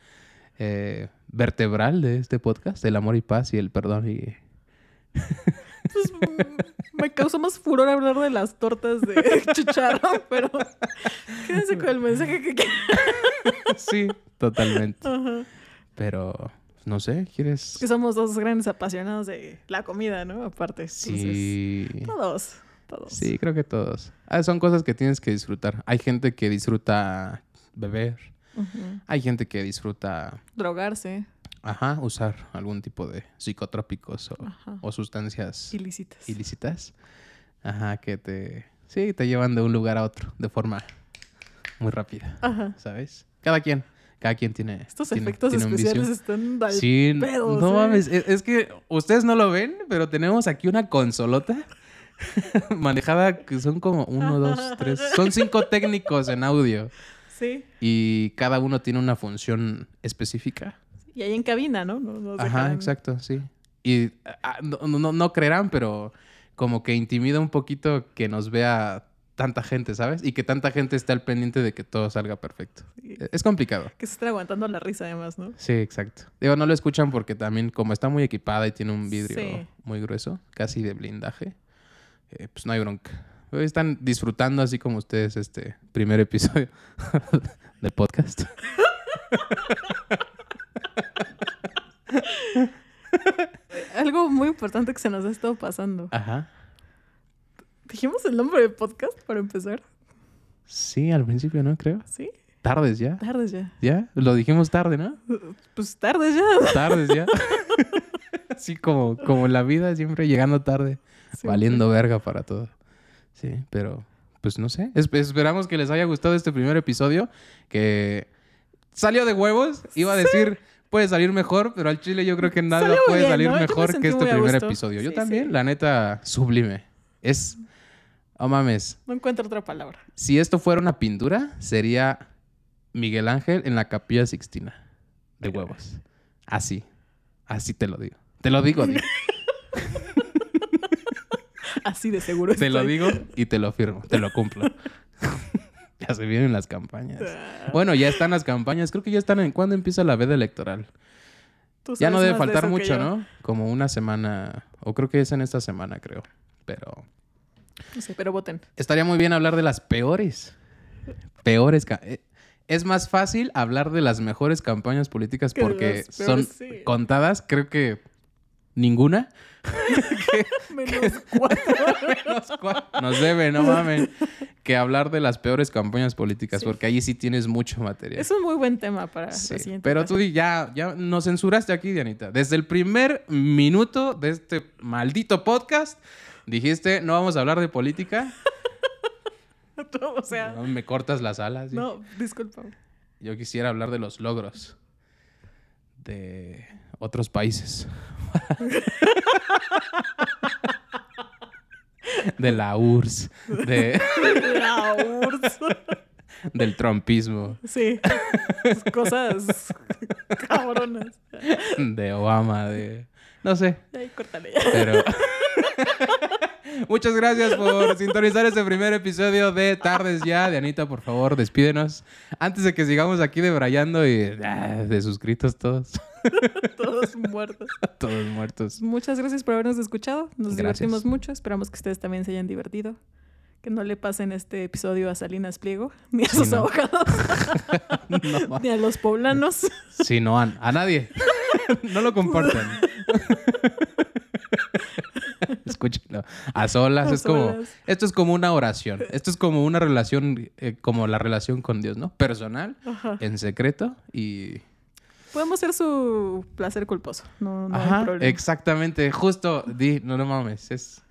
A: eh, vertebral de este podcast? El amor y paz y el perdón y...
B: Pues, mm, me causó más furor hablar de las tortas de chicharrón, pero quédense con el mensaje que quieran.
A: sí, totalmente.
B: Ajá.
A: Pero, no sé, ¿quieres...?
B: Que somos dos grandes apasionados de la comida, ¿no? Aparte. Entonces,
A: Sí.
B: todos, todos.
A: Sí, creo que todos. Ah, son cosas que tienes que disfrutar. Hay gente que disfruta beber.
B: Ujú.
A: Hay gente que disfruta,
B: Drogarse.
A: ajá, usar algún tipo de psicotrópicos o,
B: Ajá.
A: o sustancias
B: Ilícitas.
A: ilícitas. Ajá, que te... Sí, te llevan de un lugar a otro de forma muy rápida,
B: Ajá.
A: ¿sabes? Cada quien. Cada quien tiene...
B: Estos
A: tiene-
B: efectos
A: tiene un vicio.
B: especiales están ¿eh? al
A: Sí, n-
B: pedo,
A: no
B: sí.
A: mames, e, es, es que ustedes no lo ven, pero tenemos aquí una consolota manejada que son como uno, dos, tres, son cinco técnicos en audio
B: Sí.
A: y cada uno tiene una función específica.
B: Y ahí en cabina, ¿no? No- no se
A: Ajá,
B: quedan-
A: exacto, sí. Y ah, no, no, no creerán, pero como que intimida un poquito que nos vea tanta gente, ¿sabes? Y que tanta gente esté al pendiente de que todo salga perfecto. E-,
B: Sí.
A: Es complicado.
B: Que se está aguantando la risa además, ¿no?
A: Sí, exacto. Digo, no lo escuchan porque también, como está muy equipada y tiene un vidrio
B: Sí.
A: muy grueso, casi de blindaje, eh, pues no hay bronca. Hoy están disfrutando así como ustedes este primer episodio del podcast.
B: Algo muy importante que se nos ha estado pasando.
A: Ajá.
B: Dijimos el nombre del podcast para empezar.
A: Sí, al principio, ¿no? Creo.
B: Sí,
A: Tardes ya.
B: tardes ya.
A: ¿Ya? Lo dijimos tarde, ¿no?
B: Pues tardes ya.
A: Tardes ya. así como, como la vida, siempre llegando tarde.
B: Sí.
A: valiendo verga para todo. Sí, pero pues no sé. Es- esperamos que les haya gustado este primer episodio que salió de huevos. Iba a decir, puede salir mejor, pero al chile yo creo que nada
B: Salió muy
A: puede
B: bien,
A: salir
B: ¿no? Yo me
A: mejor
B: sentí
A: que este
B: muy a
A: primer
B: gusto.
A: episodio. Yo
B: Sí,
A: también,
B: sí.
A: la neta, sublime. Es, oh mames,
B: No encuentro otra palabra.
A: si esto fuera una pintura, sería Miguel Ángel en la Capilla Sixtina. De huevos. Así. Así te lo digo. Te lo digo, digo.
B: Así de seguro.
A: Te lo
B: estoy.
A: digo y te lo firmo, te lo cumplo. ya se vienen las campañas.
B: Ah,
A: Bueno, ya están las campañas. Creo que ya están en... ¿Cuándo empieza la veda electoral?
B: tú
A: Ya
B: sabes
A: no debe
B: más de
A: faltar
B: eso que
A: mucho,
B: yo.
A: ¿no? Como una semana, o creo que es en esta semana, creo. Pero
B: No sé, pero voten.
A: estaría muy bien hablar de las peores. Peores... ca- eh, Es más fácil hablar de las mejores campañas políticas
B: Que de
A: porque
B: las
A: son
B: peores, sí.
A: contadas, creo que ninguna.
B: Menos cuatro.
A: Nos cua- Nos debe, no mames, que hablar de las peores campañas políticas,
B: Sí.
A: porque allí sí tienes mucho material.
B: es ah, un muy buen tema para
A: Sí,
B: la siguiente.
A: Pero
B: ocasión.
A: tú di- ya, ya nos censuraste aquí, Dianita. Desde el primer minuto de este maldito podcast, dijiste, no vamos a hablar de política.
B: Tú, o sea,
A: No, me cortas las alas. di.
B: no, disculpa.
A: Yo quisiera hablar de los logros de otros países. de la URSS, de-
B: La URSS.
A: del trumpismo.
B: Sí. Cosas cabronas.
A: de Obama, de... No sé,
B: Ay, córtale ya.
A: pero... Muchas gracias por sintonizar este primer episodio de Tardes Ya. Dianita, por favor, despídenos. Antes de que sigamos aquí debrayando y ah, de suscritos todos,
B: Todos muertos.
A: todos muertos.
B: Muchas gracias por habernos escuchado.
A: Gracias.
B: Nos divertimos mucho. Esperamos que ustedes también se hayan divertido. Que no le pasen este episodio a Salinas Pliego, ni a
A: Sí,
B: sus
A: ¿no?
B: abogados,
A: No,
B: ni a los poblanos.
A: sí, no, a, a nadie. No lo compartan. Escúchenlo. A solas,
B: A
A: es como.
B: solas.
A: Esto es como una oración. Esto es como una relación, eh, como la relación con Dios, ¿no? Personal,
B: Ajá.
A: en secreto y.
B: Podemos ser su placer culposo. No, no hay
A: Ajá,
B: problema.
A: exactamente. Justo, di, no, no mames. Es,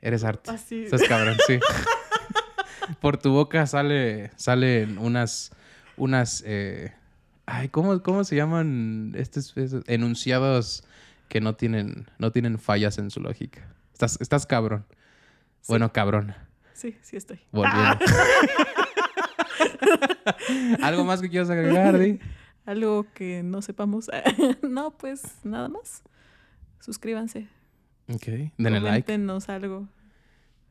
A: eres arte.
B: Así.
A: Estás cabrón, sí. Por tu boca sale, salen unas, unas, eh, ay, ¿cómo, cómo se llaman estos, estos enunciados que no tienen, no tienen fallas en su lógica? Estás, estás cabrón.
B: Sí. Ah.
A: Bueno, cabrón.
B: Sí, sí estoy.
A: Volviendo. ¿Algo más que quieras agregar, Di?
B: Algo que no sepamos. no, pues nada más. Suscríbanse.
A: Ok. Denle like.
B: Coméntenos algo.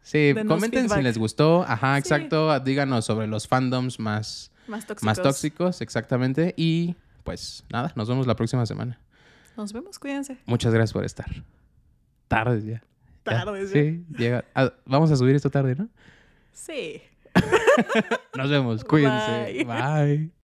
A: Sí,
B: Denos
A: comenten si
B: feedback.
A: les gustó. Ajá,
B: Sí.
A: exacto. Díganos sobre los fandoms más,
B: Más tóxicos.
A: más tóxicos, exactamente. Y pues nada, nos vemos la próxima semana.
B: Nos vemos, cuídense.
A: Muchas gracias por estar. Tarde ya. Ya,
B: Tardes. ya.
A: Sí, llega. ah, vamos a subir esto tarde, ¿no?
B: Sí.
A: Nos vemos. Cuídense.
B: Bye.
A: Bye.